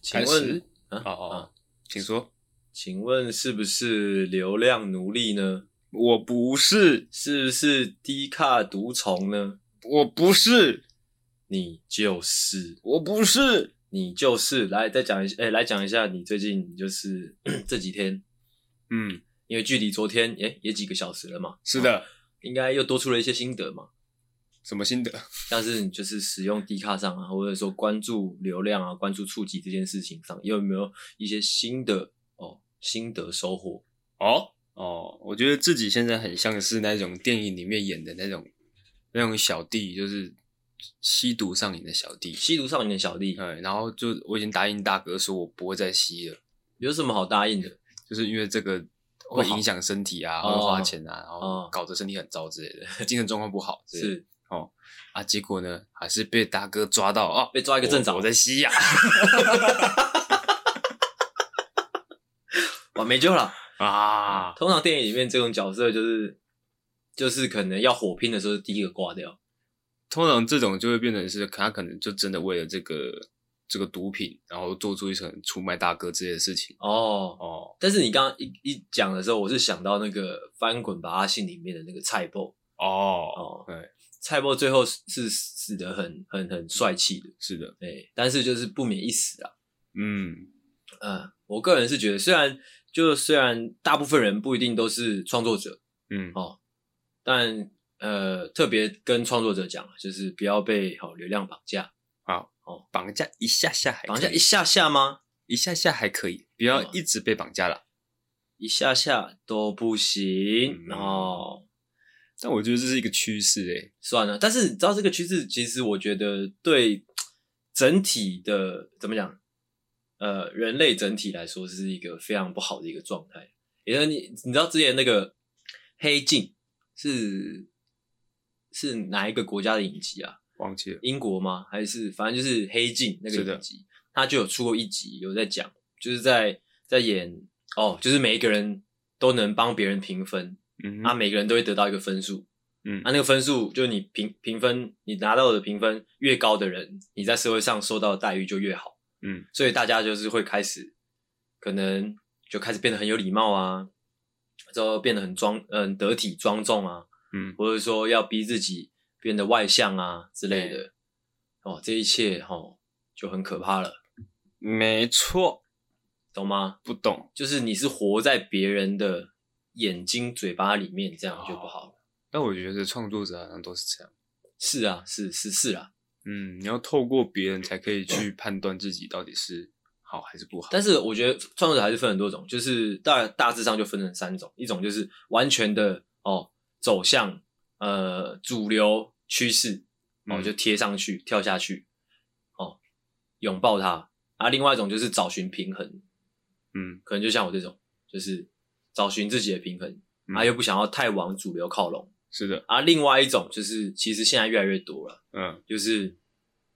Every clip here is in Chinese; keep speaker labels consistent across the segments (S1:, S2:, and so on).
S1: 请
S2: 开
S1: 问
S2: 始
S1: 啊
S2: 哦哦
S1: 啊，
S2: 请说。
S1: 请问是不是流量奴隶呢？
S2: 我不是，
S1: 是不是低卡毒虫呢？
S2: 我不是，
S1: 你就是，
S2: 我不是。
S1: 你就是。来，再讲一下，哎、来讲一下你最近就是 这几天，
S2: 嗯，
S1: 因为距离昨天，哎、也几个小时了嘛，
S2: 是的。
S1: 应该又多出了一些心得嘛。
S2: 什么心得？
S1: 像是你就是使用低卡上啊，或者说关注流量啊、关注触及这件事情上，有没有一些新的哦心得收获？
S2: 哦哦，我觉得自己现在很像是那种电影里面演的那种那种小弟，就是吸毒上瘾的小弟。
S1: 吸毒少年的小弟
S2: 嗯，然后就我已经答应大哥说我不会再吸了，
S1: 有什么好答应的？
S2: 就是因为这个
S1: 不好
S2: 会影响身体啊，
S1: 哦
S2: 会花钱啊，然
S1: 哦
S2: 后搞得身体很糟之类的， 精神状况不好之类的。
S1: 是
S2: 啊，结果呢，还是被大哥抓到啊，
S1: 被抓一个正着
S2: 我，在吸呀、
S1: 哇，没救了。
S2: 啊，
S1: 通常电影里面这种角色就是就是可能要火拼的时候第一个挂掉，
S2: 通常这种就会变成是，他可能就真的为了这个这个毒品，然后做出一层出卖大哥之类的事情。
S1: 哦。
S2: 哦
S1: 但是你刚刚一一讲的时候，我是想到那个《翻滚吧，阿信》里面的那个蔡伯
S2: 哦，
S1: 哦，
S2: 对，
S1: 蔡伯最后是是死得很很很帅气的，
S2: 是的，
S1: 对，但是就是不免一死啊。
S2: 嗯，
S1: 嗯，我个人是觉得，虽然就虽然大部分人不一定都是创作者，
S2: 嗯
S1: 哦但呃，特别跟创作者讲，就是不要被好流量绑架，
S2: 绑架一下下哎还可以
S1: 绑架一哦下下吗？
S2: 一下下还可以，不要一直被绑架了。
S1: 一下下都不行、
S2: 嗯
S1: 哦，
S2: 但我觉得这是一个趋势诶，
S1: 算了。但是你知道这个趋势，其实我觉得对整体的怎么讲，呃，人类整体来说是一个非常不好的一个状态。也就是你你知道之前那个《黑镜》是是哪一个国家的影集啊？
S2: 忘记了。
S1: 英国吗？还是反正就是《黑镜》那
S2: 是
S1: 个
S2: 的
S1: 影集，他就有出过一集，有在讲，就是在在演哦，就是每一个人都能帮别人评分，
S2: 嗯
S1: 啊，每个人都会得到一个分数，
S2: 嗯
S1: 啊，那个分数就是你评评分，你拿到的评分越高的人，你在社会上受到的待遇就越好，
S2: 嗯，
S1: 所以大家就是会开始，可能就开始变得很有礼貌啊，之后变得很庄，嗯、得体庄重啊，
S2: 嗯，
S1: 或者说要逼自己变得外向啊之类的，哦，这一切哦就很可怕了，
S2: 没错，
S1: 懂吗？
S2: 不懂
S1: 就。是你是活在别人的眼睛、嘴巴里面，这样就不好了。
S2: 但我觉得创作者好像都是这样。
S1: 是啊，是是是啊，
S2: 嗯，你要透过别人才可以去判断自己到底是好还是不好。
S1: 但是我觉得创作者还是分很多种，就是大大致上就分成三种，一种就是完全的哦走向呃主流趋势，哦
S2: 嗯
S1: 就贴上去跳下去，哦拥抱它啊，另外一种就是找寻平衡，
S2: 嗯
S1: 可能就像我这种，就是找寻自己的平衡，
S2: 嗯
S1: 啊又不想要太往主流靠拢，
S2: 是的，
S1: 啊另外一种就是其实现在越来越多了，
S2: 嗯
S1: 就是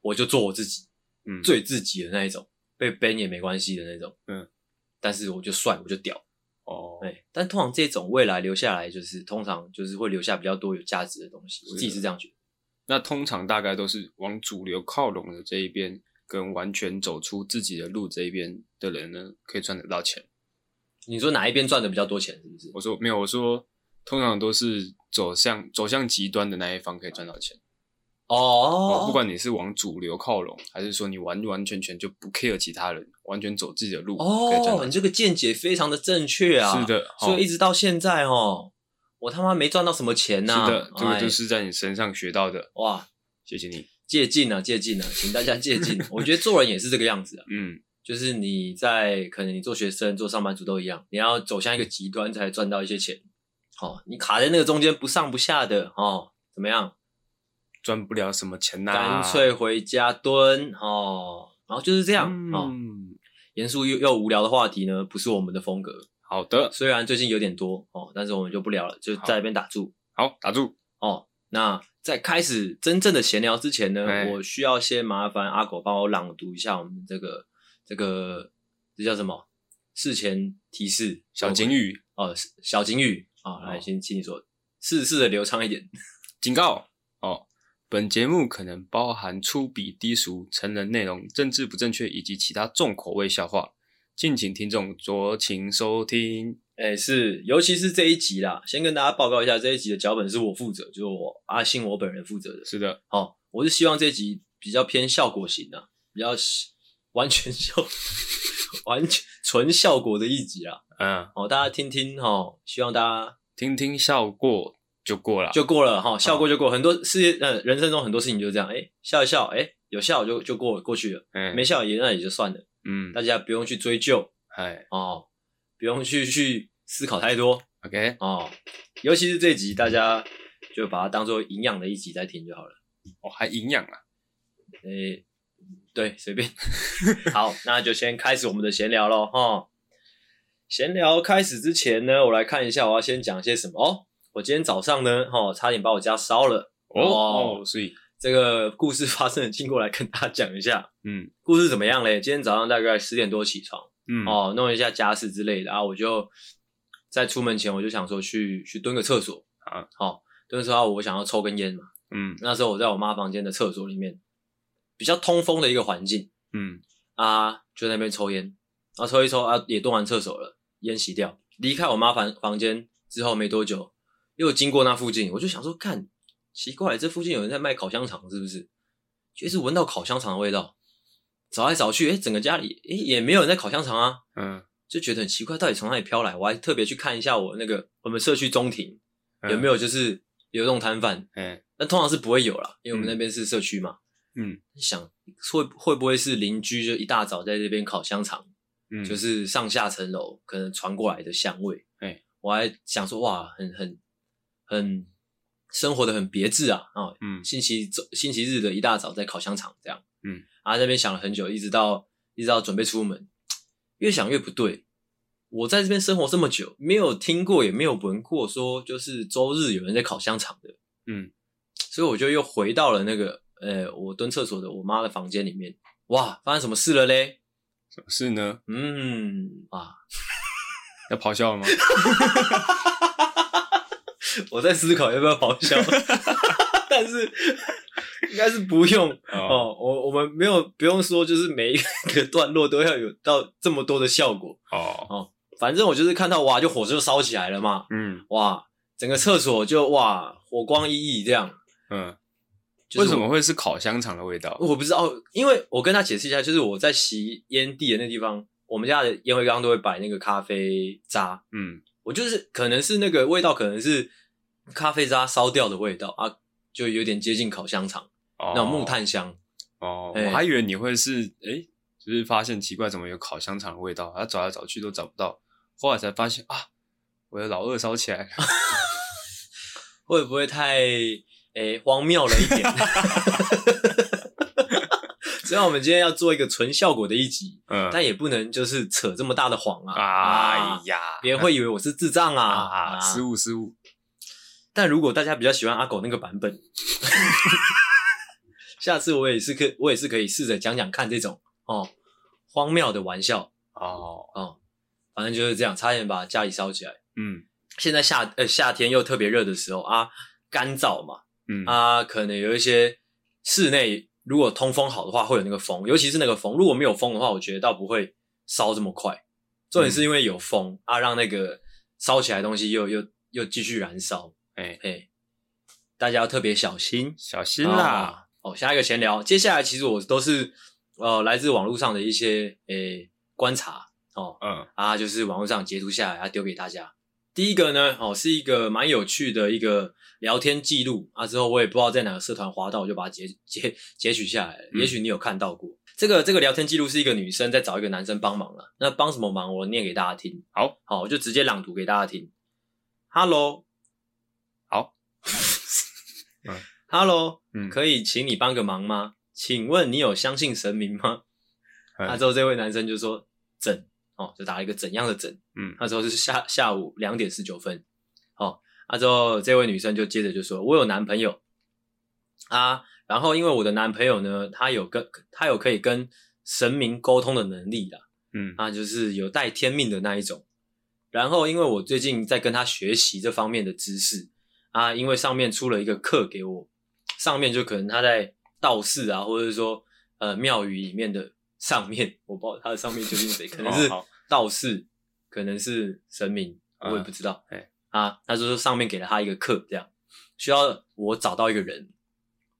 S1: 我就做我自己，
S2: 嗯，
S1: 最自己的那一种，被 ban 也没关系的那种。
S2: 嗯，
S1: 但是我就帅，我就屌。
S2: 哦，
S1: 哎，但通常这种未来留下来，就是通常就是会留下比较多有价值的东西。
S2: 是的
S1: 我自己是这样觉得。
S2: 那通常大概都是往主流靠拢的这一边，跟完全走出自己的路这一边的人呢，可以赚得到钱。
S1: 你说哪一边赚的比较多钱，是不是？
S2: 我说没有，我说通常都是走向走向极端的那一方可以赚到钱。
S1: 哦，
S2: 不管你是往主流靠拢，还是说你完完全全就不 care 其他人，完全走自己的路，可以赚
S1: 哦，
S2: 到
S1: 你
S2: 钱。
S1: 这个见解非常的正确啊。
S2: 是，的，
S1: 所以一
S2: 直
S1: 直到现在哦，我他妈没赚到什么钱
S2: 是
S1: 呐、
S2: 的，这个就
S1: 哎
S2: 是在你身上学到的。
S1: 哇，
S2: 谢谢你。
S1: 借镜啊，借镜啊，请大家借 镜。我觉得做人也是这个样子啊。
S2: 嗯，
S1: 就是你在可能你做学生、做上班族都一样，你要走向一个极端才赚到一些钱。哦，你卡在那个中间不上不下的哦，怎么样？
S2: 赚不了什么钱呐、
S1: 干脆回家蹲哦。然后就是这
S2: 这
S1: 样、哦，
S2: 嗯，
S1: 严肃又又无聊的话题呢，不是我们的风格。
S2: 好的，
S1: 虽然最近有点多哦，但是我们就不聊了，就
S2: 好
S1: 在那边打住
S2: 好，打住。
S1: 哦。那在开始真正的闲聊之前呢
S2: 哎，
S1: 我需要先麻烦阿狗帮我朗读一下我们这个这个这叫什么事前提示
S2: 小警语
S1: 哦，是小警语啊，来，
S2: 哦
S1: 先请你说，事事的流畅一点。
S2: 警告哦，本节目可能包含粗鄙、低俗、成人内容、政治不正确以及其他重口味笑话，敬请听众酌情收听。
S1: 哎、是，尤其是这一集啦，先跟大家报告一下，这一集的脚本是我负责，就是我阿信我本人负责的。
S2: 是的，
S1: 好、哦，我是希望这一集比较偏效果型啊，比较 是完全效， 完全纯效果的一集啊。
S2: 嗯，
S1: 哦，大家听听哦，希望大家
S2: 听听笑过就过了，
S1: 就过了哈、哦，笑过就过。很多世界，呃，人生中很多事情就是这样，哎、笑一笑，哎、有笑就就过过去了，
S2: 嗯
S1: 没笑也那也就算了，
S2: 嗯，
S1: 大家不用去追究
S2: 嗨
S1: 哦，不用去去思考太多
S2: ，OK，
S1: 哦，尤其是这集，大家就把它当做营养的一集在听就好了。
S2: 哦，还营养啊，
S1: 诶、哎对，随便。 好，那就先开始我们的闲聊喽，哈。闲聊开始之前呢，我来看一下我要先讲些什么哦。我今天早上呢，哈，差点把我家烧了。
S2: 哦哦，所以
S1: 这个故事发生的经过来跟大家讲一下。
S2: 嗯
S1: 故事怎么样嘞？今天早上大概十点多起床，
S2: 嗯
S1: 哦，弄一下家事之类的，然、啊后我就在出门前我就想说去去蹲个厕所
S2: 啊，
S1: 好、蹲个厕所我想要抽根烟嘛。
S2: 嗯
S1: 那时候我在我妈房间的厕所里面，比较通风的一个环境
S2: 嗯
S1: 啊，就在那边抽烟，然后抽一抽啊，也蹲完厕所了，烟洗掉，离开我妈房房间之后没多久，又经过那附近，我就想说，看，奇怪，这附近有人在卖烤香肠是不是？就一直闻到烤香肠的味道，找来找去，哎、整个家里哎、也没有人在烤香肠啊，
S2: 嗯
S1: 就觉得很奇怪，到底从哪里飘来？我还特别去看一下我那个我们社区中庭
S2: 嗯，
S1: 有没有就是有这种摊贩，
S2: 哎
S1: 那通常是不会有啦，因为我们
S2: 嗯
S1: 那边是社区嘛。
S2: 嗯
S1: 想会会不会是邻居就一大早在这边烤香肠，
S2: 嗯，
S1: 就是是上下层楼可能传过来的香味。
S2: 哎
S1: 我还想说哇，很很很生活的很别致啊啊、哦
S2: 嗯
S1: 星期周星期日的一大早在烤香肠这样，
S2: 嗯，
S1: 啊那边想了很久，一直到一直到准备出门，越想越不对。我在这边生活这么久，没有听过也没有闻过说就是周日有人在烤香肠的，
S2: 嗯，
S1: 所以我就又回到了那个呃我蹲厕所的我妈的房间里面，哇，发生什么事了嘞？
S2: 什么事呢？
S1: 嗯啊，
S2: 要咆哮了吗？
S1: 我在思考要不要咆哮， 但是应该是不用
S2: 哦
S1: 哦。我我们没有不用说，就是每一个段落都要有到这么多的效果。
S2: 哦，
S1: 反正我就是看到哇，就火就烧起来了嘛，
S2: 嗯
S1: 哇，整个厕所就哇火光熠熠这样。
S2: 嗯，
S1: 就是、
S2: 为什么会是烤香肠的味道？
S1: 我不知道，因为我跟他解释一下，就是我在吸烟蒂的那地方，我们家的烟灰缸都会摆那个咖啡渣，
S2: 嗯
S1: 我就是可能是那个味道，可能是咖啡渣烧掉的味道啊，就有点接近烤香肠
S2: 哦
S1: 那种木炭香。
S2: 哦，
S1: 哎
S2: 我还以为你会是诶，就是发现奇怪，怎么有烤香肠的味道？他找来找去都找不到，后来才发现啊，我的老二烧起来了。
S1: 会不会太诶、荒谬了一点？ 虽然我们今天要做一个纯效果的一集，
S2: 嗯，
S1: 但也不能就是扯这么大的谎啊！
S2: 哎，呀，
S1: 别人会以为我是智障啊！
S2: 啊，失误失误，
S1: 但如果大家比较喜欢阿狗那个版本， 下次我也是可，我也是可以试着讲讲看这种哦荒谬的玩笑
S2: 哦，
S1: 哦，反正就是这样，差点把家里烧起来。
S2: 嗯
S1: 现在夏呃夏天又特别热的时候啊，干燥嘛，
S2: 嗯
S1: 啊，可能有一些室内如果通风好的话，会有那个风，尤其是那个风，如果没有风的话，我觉得倒不会烧这么快。重点是因为有风、
S2: 嗯
S1: 啊，让那个烧起来的东西又又又继续燃烧，
S2: 哎，
S1: 嘿，大家要特别小心。
S2: 小心啦，
S1: 哦！哦，下一个闲聊，接下来其实我都是呃来自网络上的一些诶、观察哦，
S2: 嗯
S1: 啊，就是网络上截图下来，啊，丢给大家。第一个呢，哦，是一个蛮有趣的一个聊天记录啊，之后我也不知道在哪个社团滑到，我就把它截截截取下来了。
S2: 嗯
S1: 也许你有看到过、这个这个聊天记录是一个女生在找一个男生帮忙了，那帮什么忙？我念给大家听。
S2: 好，
S1: 好，我就直接朗读给大家听。Hello，
S2: 好嗯
S1: ，Hello，
S2: 嗯，
S1: 可以请你帮个忙吗？请问你有相信神明吗？
S2: 哎
S1: 那之后这位男生就说怎哦，就打了一个怎样的怎。
S2: 嗯
S1: 那时候是下下午两点十九分，哦，那之后这位女生就接着就说，我有男朋友啊，然后因为我的男朋友呢，他有跟他有可以跟神明沟通的能力啦，
S2: 嗯
S1: 啊，就是有带天命的那一种。然后因为我最近在跟他学习这方面的知识啊，因为上面出了一个课给我，上面就可能他在道士啊，或者是说呃庙宇里面的上面，我不知道他的上面究竟是谁，可能是
S2: 哦好
S1: 道士，可能是神明，我也不知道。
S2: 嗯哎
S1: 啊，他就说上面给了他一个课，这样需要我找到一个人，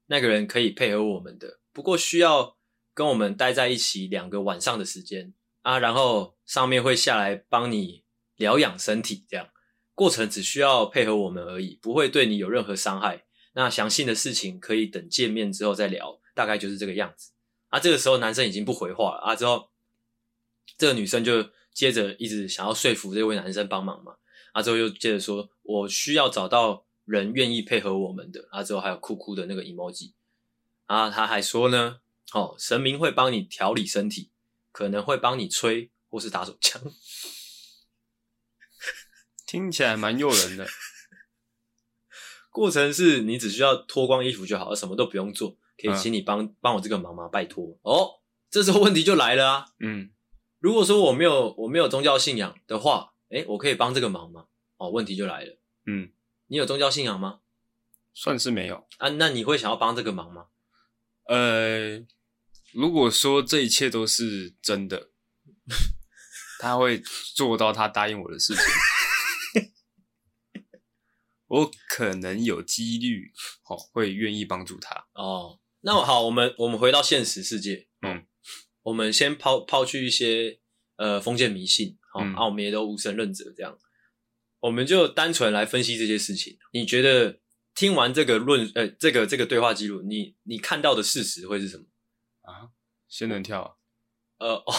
S1: 那个人可以配合我们的，不过需要跟我们待在一起两个晚上的时间啊，然后上面会下来帮你疗养身体，这样过程只需要配合我们而已，不会对你有任何伤害。那详细的事情可以等见面之后再聊，大概就是这个样子。啊，这个时候男生已经不回话了啊，之后这个女生就接着一直想要说服这位男生帮忙嘛，啊，之后又接着说我需要找到人愿意配合我们的，啊，之后还有哭哭的那个 emoji，啊，他还说呢，哦，神明会帮你调理身体，可能会帮你吹或是打手枪，
S2: 听起来蛮诱人的。
S1: 过程是你只需要脱光衣服就好，什么都不用做，可以
S2: 嗯
S1: 请你帮帮我这个忙吗？拜托。哦，这时候问题就来了啊，
S2: 嗯，
S1: 如果说我没有我没有宗教信仰的话，诶，我可以帮这个忙吗？哦，问题就来了。
S2: 嗯，
S1: 你有宗教信仰吗？
S2: 算是没有。
S1: 啊，那你会想要帮这个忙吗？
S2: 呃，如果说这一切都是真 的，他会做到他答应我的事 情。我可能有几率哦，会愿意帮助他。
S1: 哦，那我好，我们我们回到现实世界。
S2: 嗯，
S1: 我们先抛抛去一些呃封建迷信，好、
S2: 嗯
S1: 啊，我们也都无神论者这样，我们就单纯来分析这些事情。你觉得听完这个论呃这个这个对话记录，你你看到的事实会是什么？
S2: 仙人跳 啊、
S1: 呃哦，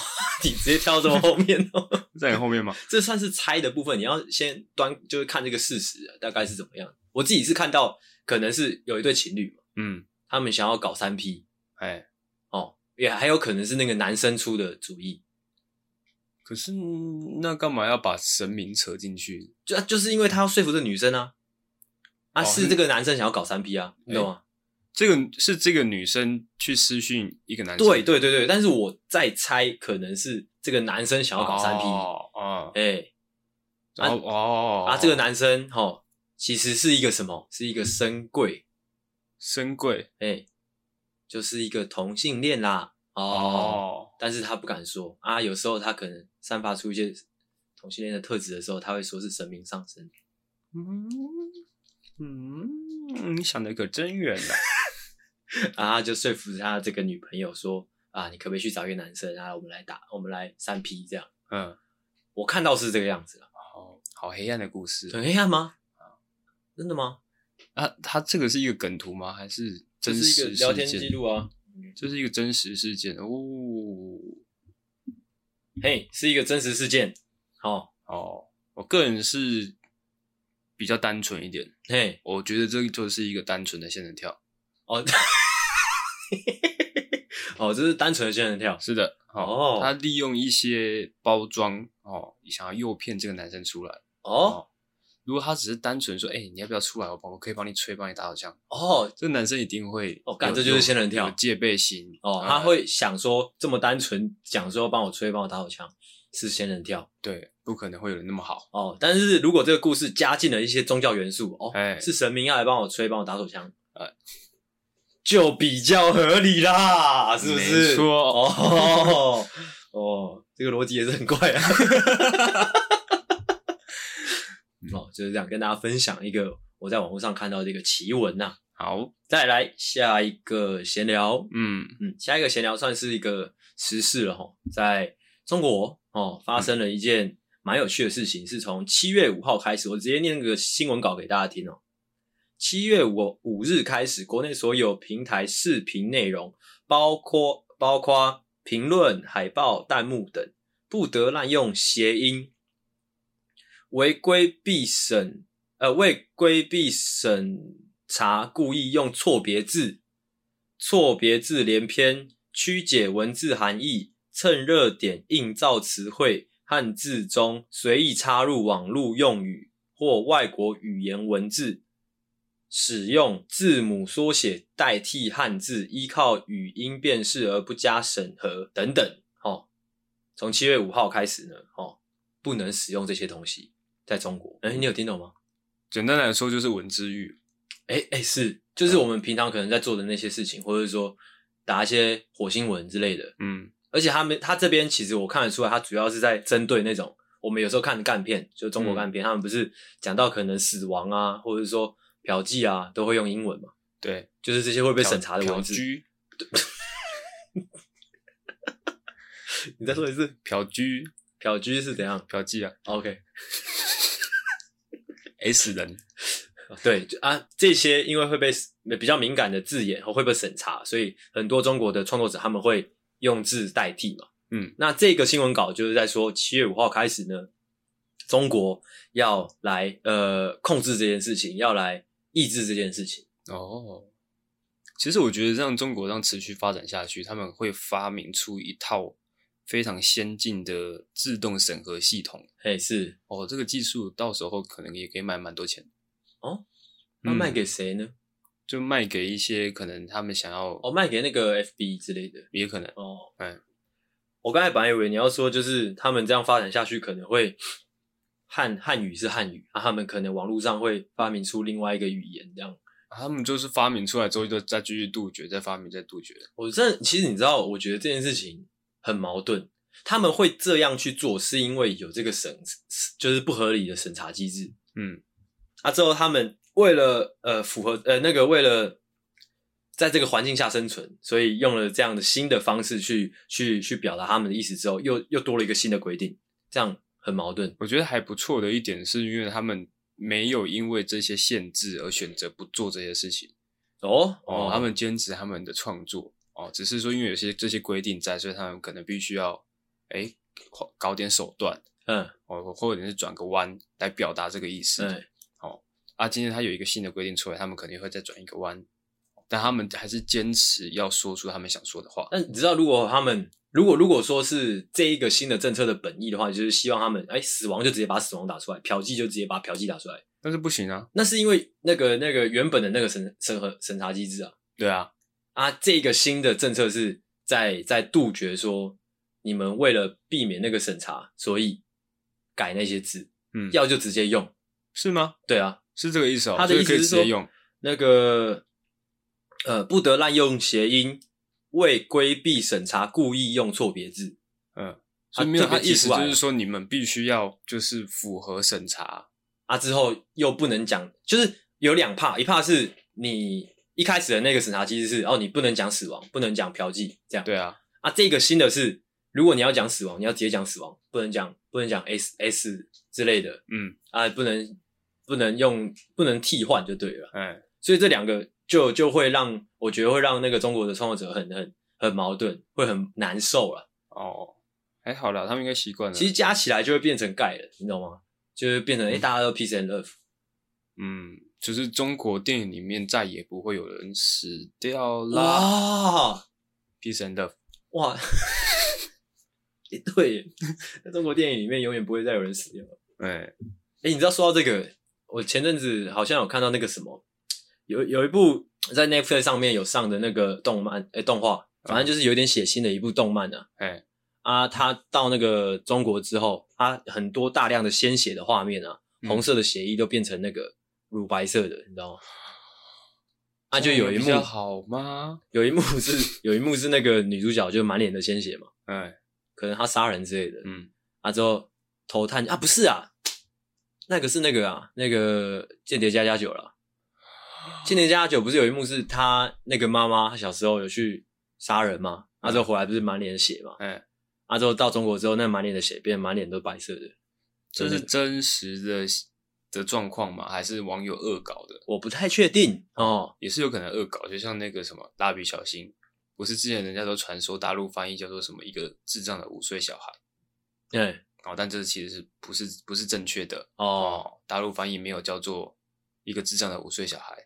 S1: 你直接跳这么后面哦。
S2: 在你后面吗？
S1: 这算是猜的部分，你要先端就是看这个事实啊大概是怎么样。我自己是看到可能是有一对情侣嘛，
S2: 嗯，
S1: 他们想要搞三 P
S2: 哎，
S1: 哦，也还有可能是那个男生出的主意，
S2: 可是那干嘛要把神明扯进去？
S1: 就就是因为他要说服这个女生啊，啊、
S2: 哦哎
S1: 是这个男生想要搞三 P 啊，你懂吗？
S2: 这个是这个女生去私讯一个男生，
S1: 对对对对，但是我在猜可能是这个男生想要搞三 P，哎、哎
S2: 哦哦，然后哦
S1: 啊这个男生哦其实是一个什么？是一个深柜，
S2: 深贵
S1: 哎、就是一个同性恋啦，哦
S2: 哦，
S1: 但是他不敢说啊。有时候他可能散发出一些同性恋的特质的时候，他会说是神明上身。
S2: 嗯嗯，你想的可真 远呐、
S1: 啊，他就说服他这个女朋友说啊，你可不可以去找一个男生啊，我们来打，我们来三 P 这样。
S2: 嗯，
S1: 我看到是这个样子了，
S2: 好好黑暗的故事
S1: 很黑暗吗？真的吗？
S2: 啊！他这个是一个梗图吗？还是
S1: 这
S2: 真实
S1: 是一个聊天
S2: 事
S1: 记？
S2: 件
S1: 录啊，
S2: 这是一个真实事件哦
S1: 嘿、是一个真实事件。哦，
S2: 哦，我个人是比较单纯一点，
S1: 嘿，
S2: 我觉得这就是一个单纯的仙人跳。
S1: 哦，哦，这是单纯的仙人跳。
S2: 是的，
S1: 哦
S2: 哦，他利用一些包装哦，想要诱骗这个男生出来。
S1: 哦
S2: 如果他只是单纯说，哎、你要不要出来？我帮我可以帮你吹，帮你打手枪。
S1: 哦
S2: 这个男生一定会
S1: 哦干
S2: 有
S1: 这就是仙人跳
S2: 有戒备心
S1: 哦，
S2: 呃
S1: 他会想说这么单纯讲说帮我吹帮我打手枪是仙人跳。
S2: 对，不可能会有人那么好。
S1: 哦，但是如果这个故事加进了一些宗教元素，哦，
S2: 哎
S1: 是神明要来帮我吹，帮我打手枪，呃
S2: 哎
S1: 就比较合理啦，是不是？
S2: 没错
S1: 哦 哦，这个逻辑也是很怪啊。
S2: 嗯
S1: 哦，就是这样跟大家分享一个我在网络上看到的一个奇闻呐、
S2: 好，
S1: 再来下一个闲聊，
S2: 嗯
S1: 嗯，下一个闲聊算是一个时事了哈，在中国哦发生了一件蛮有趣的事情，是从七月五号开始，我直接念个新闻稿给大家听哦。七月五五日开始，国内所有平台视频内容，包括包括评论、海报、弹幕等，不得滥用谐音，为规避审呃为规避审查，故意用错别字、错别字连篇、曲解文字含义、趁热点硬造词汇、汉字中随意插入网络用语或外国语言文字。使用字母缩写代替汉字，依靠语音辨识而不加审核等等。哦，从七月五号开始呢，哦，不能使用这些东西在中国。哎、你有听懂吗？
S2: 简单来说就是文字狱。
S1: 哎、哎、是，就是我们平常可能在做的那些事情，或者说打一些火星文之类的。
S2: 嗯
S1: 而且他们他这边其实我看得出来，他主要是在针对那种我们有时候看的干片，就中国
S2: 嗯
S1: 干片，他们不是讲到可能死亡啊，或者是说嫖妓啊，都会用英文嘛，
S2: 对，
S1: 就是这些会被审查的
S2: 嫖
S1: 文字。
S2: 居
S1: 你再说一 次，
S2: 嫖居
S1: 嫖居是怎样
S2: 嫖妓啊
S1: ？OK，
S2: ，S 人
S1: 对就啊，这些因为会被比较敏感的字眼会被审查，所以很多中国的创作者他们会用字代替嘛。
S2: 嗯，
S1: 那这个新闻稿就是在说，七月五号开始呢，中国要来呃控制这件事情，要来抑制这件事情。
S2: 哦。其实我觉得让中国让持续发展下去，他们会发明出一套非常先进的自动审核系统。
S1: 嘿，是
S2: 哦，这个技术到时候可能也可以卖蛮多钱。
S1: 哦，那
S2: 嗯，
S1: 卖给谁呢？
S2: 就卖给一些可能他们想要，
S1: 哦，卖给那个 FB 之类的。
S2: 也可能
S1: 哦，
S2: 嗯，
S1: 我刚才本来以为你要说，就是他们这样发展下去，可能会汉汉语是汉语，啊，他们可能网络上会发明出另外一个语言这样。
S2: 他们就是发明出来之后就再继续杜绝，再发明再杜绝。
S1: 我真的，其实你知道，我觉得这件事情很矛盾。他们会这样去做，是因为有这个审，就是不合理的审查机制
S2: 嗯
S1: 啊。之后他们为了呃符合呃那个为了在这个环境下生存，所以用了这样的新的方式去去去表达他们的意思之后，又又多了一个新的规定，这样很矛盾。
S2: 我觉得还不错的一点是因为他们没有因为这些限制而选择不做这些事情。
S1: 哦
S2: 哦，他们坚持他们的创作。哦，只是说因为有些这些规定在，所以他们可能必须要，哎，搞搞点手段，
S1: 嗯
S2: 哦，或者是转个弯来表达这个意思。
S1: 对，
S2: 啊，今天他有一个新的规定出来，他们肯定会再转一个弯，但他们还是坚持要说出他们想说的话。
S1: 但你知道，如果他们如果如果说是这一个新的政策的本意的话，就是希望他们哎、死亡就直接把死亡打出来，嫖妓就直接把嫖妓打出来。
S2: 但是不行啊，
S1: 那是因为那个那个原本的那个审审核审查机制啊
S2: 对啊，
S1: 啊，这个新的政策是在在杜绝说你们为了避免那个审查，所以改那些字，
S2: 嗯，
S1: 要就直接用。
S2: 是吗？
S1: 对啊，
S2: 是这个意思哦。
S1: 他的
S2: 所以
S1: 意思
S2: 可以
S1: 是
S2: 直
S1: 说
S2: 接用，
S1: 那个呃，不得滥用谐音，为规避审查故意用错别字。
S2: 嗯，
S1: 他
S2: 所以没有
S1: 特别
S2: 他意
S1: 提
S2: 思
S1: 出来
S2: 就是说你们必须要就是符合审查，
S1: 啊，之后又不能讲，就是有两怕，一怕是你一开始的那个审查机制是，哦，你不能讲死亡，不能讲嫖妓，这样。
S2: 对啊，
S1: 啊，这个新的是，如果你要讲死亡，你要直接讲死亡，不能讲不能讲 S S 之类的
S2: 嗯，
S1: 啊，不能不能用不能替换就对了。
S2: 哎，
S1: 所以这两个就就会让我觉得会让那个中国的创作者很很很矛盾，会很难受了。
S2: 哦，还好啦，他们应该习惯了。
S1: 其实，加起来就会变成盖了，你懂吗？就是变成哎、诶大家都 peace and love。
S2: 嗯，就是中国电影里面再也不会有人死掉啦。
S1: 哇
S2: Peace and love，
S1: 哇， 诶对耶，在中国电影里面永远不会再有人死掉。
S2: 哎，
S1: 哎、你知道说到这个，我前阵子好像有看到那个什么，有有一部在 Netflix 上面有上的那个动漫，哎、动画，反正就是有点血腥的一部动漫啊。
S2: 哎，
S1: 啊，他到那个中国之后，他很多大量的鲜血的画面啊，
S2: 嗯
S1: 红色的血衣都变成那个乳白色的，你知道吗？啊，就
S2: 这
S1: 有
S2: 样
S1: 一
S2: 哦比
S1: 幕，
S2: 较好吗？
S1: 有一幕是有一幕是那个女主角就满脸的鲜血嘛，
S2: 哎，
S1: 可能她杀人之类的，
S2: 嗯，
S1: 啊，之后头探啊，不是啊，那个是那个啊，那个间谍加加酒啦。间谍加加酒不是有一幕是他那个妈妈，她小时候有去杀人嘛，啊之后回来不是满脸的血嘛，
S2: 哎，
S1: 啊之后到中国之后，那满脸的血变满脸都白色的，
S2: 这
S1: 对
S2: 是
S1: 那个
S2: 真实的的状况吗？还是网友恶搞的？
S1: 我不太确定哦，
S2: 也是有可能恶搞，就像那个什么蜡笔小新，不是之前人家都传说大陆翻译叫做什么一个智障的五岁小孩
S1: 对，
S2: 哦，但这其实是不是不是正确的
S1: 哦，，
S2: 大陆翻译没有叫做一个智障的五岁小孩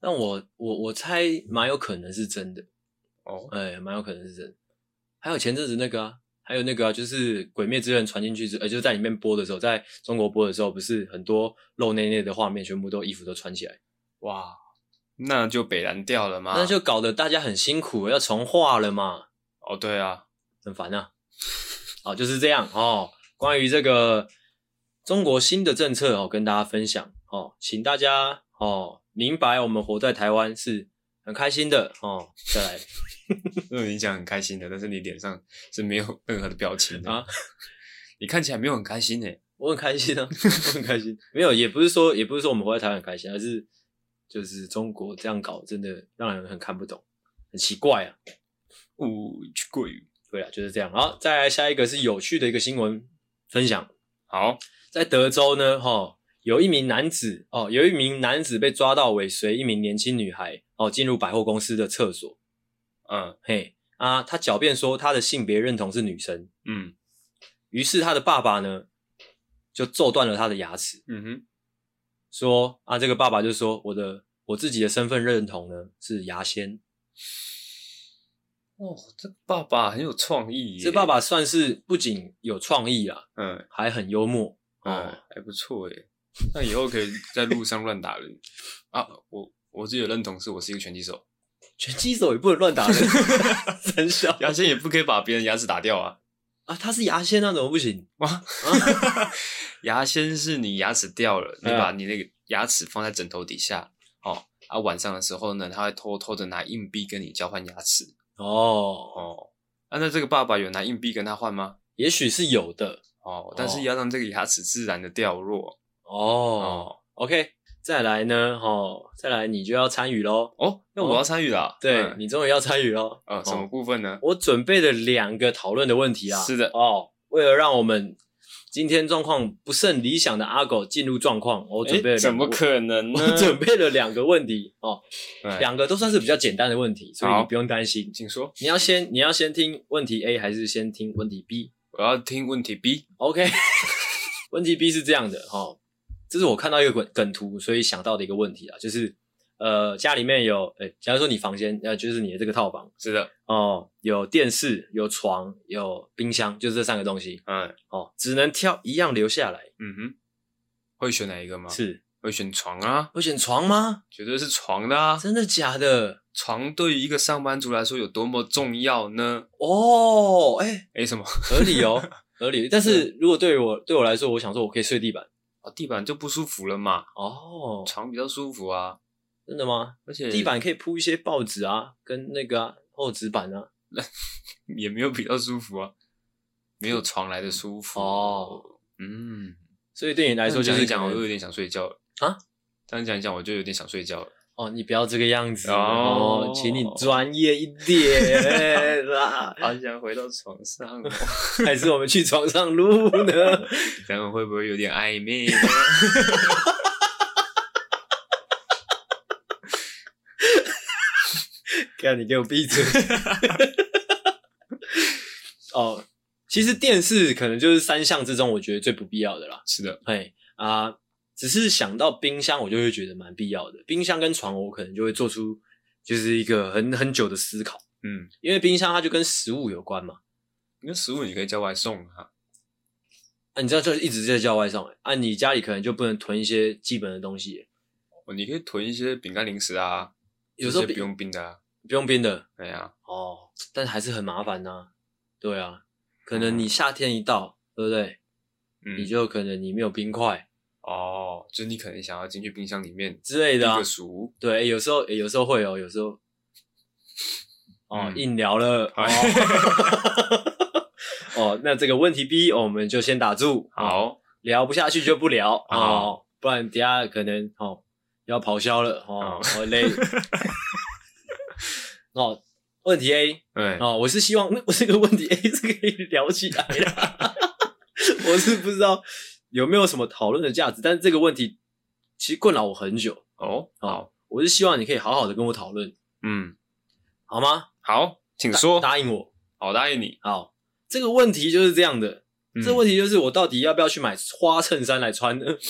S1: 但我我我猜蛮有可能是真的，
S2: 哦，
S1: 哎，蛮有可能是真的。还有前阵子那个啊，还有那个啊，就是《鬼灭之刃》传进去之，呃，就是在里面播的时候，在中国播的时候，不是很多露内内的画面，全部都衣服都穿起来，
S2: 哇，那就北蓝掉了吗？
S1: 那就搞得大家很辛苦，要重画了嘛，
S2: 哦，对啊，
S1: 很烦啊。好，就是这样哦。关于这个中国新的政策哦，跟大家分享哦，请大家哦明白我们活在台湾是很开心的哦。再来
S2: 因嗯为你讲很开心的，但是你脸上是没有任何的表情的
S1: 啊，
S2: 你看起来没有很开心诶、
S1: 我很开心啊， 我很开心。没有，也不是说也不是说我们活在台湾很开心，而是就是中国这样搞，真的让人很看不懂，很奇怪啊。
S2: 哦，去过于
S1: 对啊，就是这样。好，再来下一个是有趣的一个新闻分享，
S2: 好，
S1: 在德州呢，哈、有一名男子哦，有一名男子被抓到尾随一名年轻女孩哦进入百货公司的厕所，
S2: 嗯
S1: 嘿啊，他狡辩说他的性别认同是女生，
S2: 嗯
S1: 于是他的爸爸呢就揍断了他的牙齿，
S2: 嗯哼，
S1: 说啊，这个爸爸就说我的我自己的身份认同呢是牙仙，
S2: 哦，这个爸爸很有创意耶，
S1: 这爸，爸算是不仅有创意啊，
S2: 嗯
S1: 还很幽默
S2: 嗯
S1: 哦，，
S2: 还不错诶。那以后可以在路上乱打人啊！我我自己的认同是我是一个拳击手，
S1: 拳击手也不能乱打人， 真笑
S2: 牙仙也不可以把别人牙齿打掉啊！
S1: 啊，他是牙仙那、啊、怎么不行？
S2: 牙仙是你牙齿掉了，你
S1: 嗯
S2: 把你那个牙齿放在枕头底下哦，啊，晚上的时候呢，他会偷偷的拿硬币跟你交换牙齿
S1: 哦，
S2: 哦。啊，那这个爸爸有拿硬币跟他换吗？
S1: 也许是有的
S2: 哦，但是要让这个牙齿自然的掉落
S1: 哦。
S2: 哦
S1: OK，再来呢，哦，再来你就要参与喽。
S2: 哦，那我要参与了啊，
S1: 对、
S2: 嗯
S1: 你终于要参与喽。
S2: 呃，什么
S1: 哦
S2: 部分 呢？
S1: 我准备了两个讨论的问题啊。
S2: 是的
S1: 哦，为了让我们今天状况不甚理想的阿狗进入状况，我准备了
S2: 诶怎
S1: 两个
S2: 么可能呢
S1: 我？准备了两个问题哦，
S2: 哎
S1: 两个都算是比较简单的问题，所以
S2: 好
S1: 你不用担心。
S2: 请说，
S1: 你要先你要先听问题 A 还是先听问题 B？
S2: 我要听问题 B。
S1: OK，问题 B 是这样的哈、齁这是我看到一个梗梗图，所以想到的一个问题啊，就是呃家里面有，呃，假如说你房间呃就是你的这个套房
S2: 是的，
S1: 哦，有电视、有床、有冰箱，就是这三个东西
S2: 嗯
S1: 哦，只能挑一样留下来。
S2: 嗯哼，会选哪一个吗？
S1: 是
S2: 会选床啊，
S1: 我选床吗？
S2: 绝对是床的啊。
S1: 真的假的？
S2: 床对于一个上班族来说有多么重要呢？
S1: 哦，哎、
S2: 诶，什么？
S1: 合理哦，合理。但是如果对于我对我来说，我想说我可以睡地板
S2: 哦，地板就不舒服了嘛，
S1: 哦，
S2: 床比较舒服啊，
S1: 真的吗？
S2: 而且
S1: 地板可以铺一些报纸啊，跟那个、啊、厚纸板啊。
S2: 也没有比较舒服啊，没有床来的舒服
S1: 哦。
S2: 嗯，
S1: 所以对你来说就
S2: 讲
S1: 是
S2: 一讲，
S1: 可
S2: 我
S1: 能
S2: 又有点想睡觉了
S1: 啊。
S2: 但是讲一讲，我就有点想睡觉了。
S1: 哦，你不要这个样子
S2: 哦
S1: 哦，请你专业一 点啦，
S2: 好想回到床上、 哦，
S1: 还是我们去床上录呢？
S2: 咱们会不会有点暧昧呢？
S1: 看你给我闭嘴！哦，其实电视可能就是三项之中我觉得最不必要的啦。
S2: 是的，
S1: 哎啊、只是想到冰箱，我就会觉得蛮必要的。冰箱跟床，我可能就会做出就是一个很很久的思考，
S2: 嗯，
S1: 因为冰箱它就跟食物有关嘛。
S2: 因为食物你可以叫外送啊。
S1: 啊，你知道就一直在叫外送、欸，啊，你家里可能就不能囤一些基本的东西欸、
S2: 哦你可以囤一些饼干、零食啊，
S1: 有时候
S2: 这
S1: 冰
S2: 些不用冰的啊。
S1: 不用冰的
S2: 哎呀、
S1: 哦，但还是很麻烦呐、对啊，可能你夏天一到，对不对？
S2: 嗯，
S1: 你就可能你没有冰块
S2: 哦，就是你可能想要进去冰箱里面
S1: 之类
S2: 一
S1: 的、啊
S2: 个。熟，
S1: 对、欸有时候、欸有时候会哦，有时候哦、
S2: 嗯
S1: 硬聊了
S2: 哎
S1: 哦。哦，那这个问题 B 我们就先打住，哦，
S2: 好，
S1: 聊不下去就不聊
S2: 好
S1: 哦，不然等一下可能哦要咆哮了哦
S2: 好，
S1: 好累。哦，问题 A
S2: 对，
S1: 哦，我是希望我这个问题 A 是可以聊起来的，我是不知道有没有什么讨论的价值，但是这个问题其实困扰我很久。
S2: 哦，好
S1: 哦，，我是希望你可以好好的跟我讨论，
S2: 嗯，
S1: 好吗？
S2: 好，请说，
S1: 答应我。
S2: 好，答应你。
S1: 好，这个问题就是这样的，
S2: 嗯
S1: 这问题就是我到底要不要去买花衬衫来穿呢？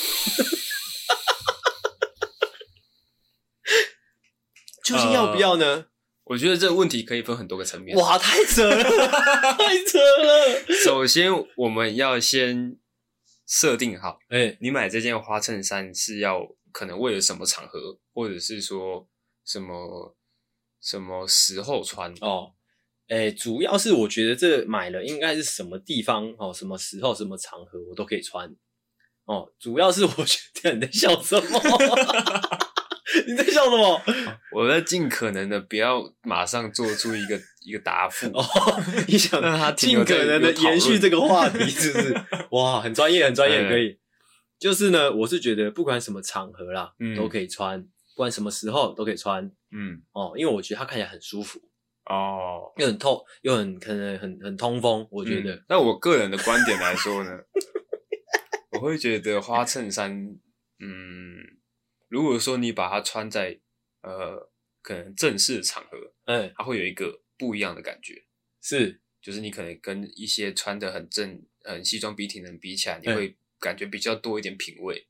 S1: 究竟要不要呢？
S2: 我觉得这个问题可以分很多个层面。
S1: 哇，太扯了， 太扯了！
S2: 首先，我们要先设定好，
S1: 哎、
S2: 你买这件花衬衫是要可能为了什么场合，或者是说什么什么时候穿。
S1: 哦，哎、主要是我觉得这买了应该是什么地方哦，什么时候、什么场合我都可以穿。哦，主要是我觉得你在笑什么？ 你在笑什么？
S2: 我在尽可能的不要马上做出一个一个答复，
S1: 哦，你想
S2: 让它停
S1: 尽
S2: 留
S1: 可
S2: 在
S1: 能
S2: 有
S1: 的
S2: 讨论
S1: 延续这个话题，是不是？哇，很专业，很专业，
S2: 哎
S1: 可以。就是呢，我是觉得不管什么场合啦，
S2: 嗯
S1: 都可以穿，不管什么时候都可以穿
S2: 嗯，
S1: 哦，因为我觉得它看起来很舒服，
S2: 哦，
S1: 又很透，又很可能很很通风，我
S2: 我
S1: 觉得。
S2: 那我个人的观点来说呢，我会觉得花衬衫，嗯，如果说你把它穿在呃可能正式的场合，
S1: 嗯，
S2: 它会有一个不一样的感觉。
S1: 是
S2: 就是你可能跟一些穿的很正、很西装笔挺的人比起来，你
S1: 嗯
S2: 会感觉比较多一点品味，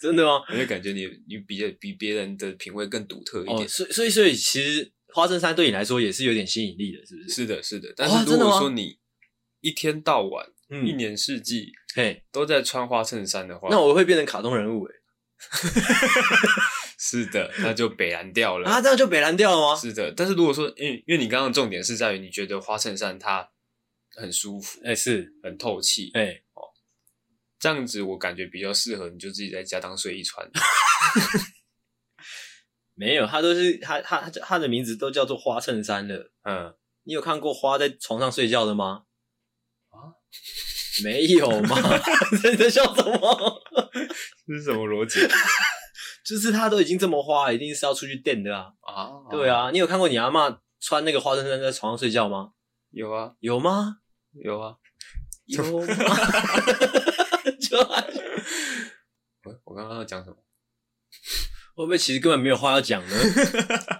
S1: 真的吗？
S2: 你会感觉你你比较比别人的品味更独特一
S1: 哦，
S2: 点。
S1: 所以所以所以，其实花衬衫对你来说也是有点吸引力的，是不是？
S2: 是的，是的。但
S1: 哇
S2: 是如
S1: 真的吗
S2: 果说你一天到晚、一
S1: 嗯，
S2: 年四季
S1: 嘿，
S2: 都在穿花衬衫的话，
S1: 那我会变成卡通人物哎、
S2: 是的，那就北蓝掉了。
S1: 啊，这样就北蓝掉了吗？
S2: 是的，但是如果说，因为因为你刚刚的重点是在于你觉得花衬衫它很舒服、
S1: 哎、是
S2: 很透气，
S1: 哎、
S2: 这样子我感觉比较适合，你就自己在家当睡衣穿。
S1: 没有，他都是他他他他的名字都叫做花衬衫了。
S2: 嗯，
S1: 你有看过花在床上睡觉的吗？啊， 没有 嘛？你在笑什么？
S2: 这是什么逻辑
S1: 就是他都已经这么花，一定是要出去电的啊。
S2: 啊？
S1: 对，啊，你有看过你阿嬷穿那个花衬衫在床上睡觉吗？
S2: 有啊，
S1: 有吗？
S2: 有啊，
S1: 有吗？ 就
S2: 我我刚刚要讲什么？
S1: 会不会其实根本没有话要讲呢？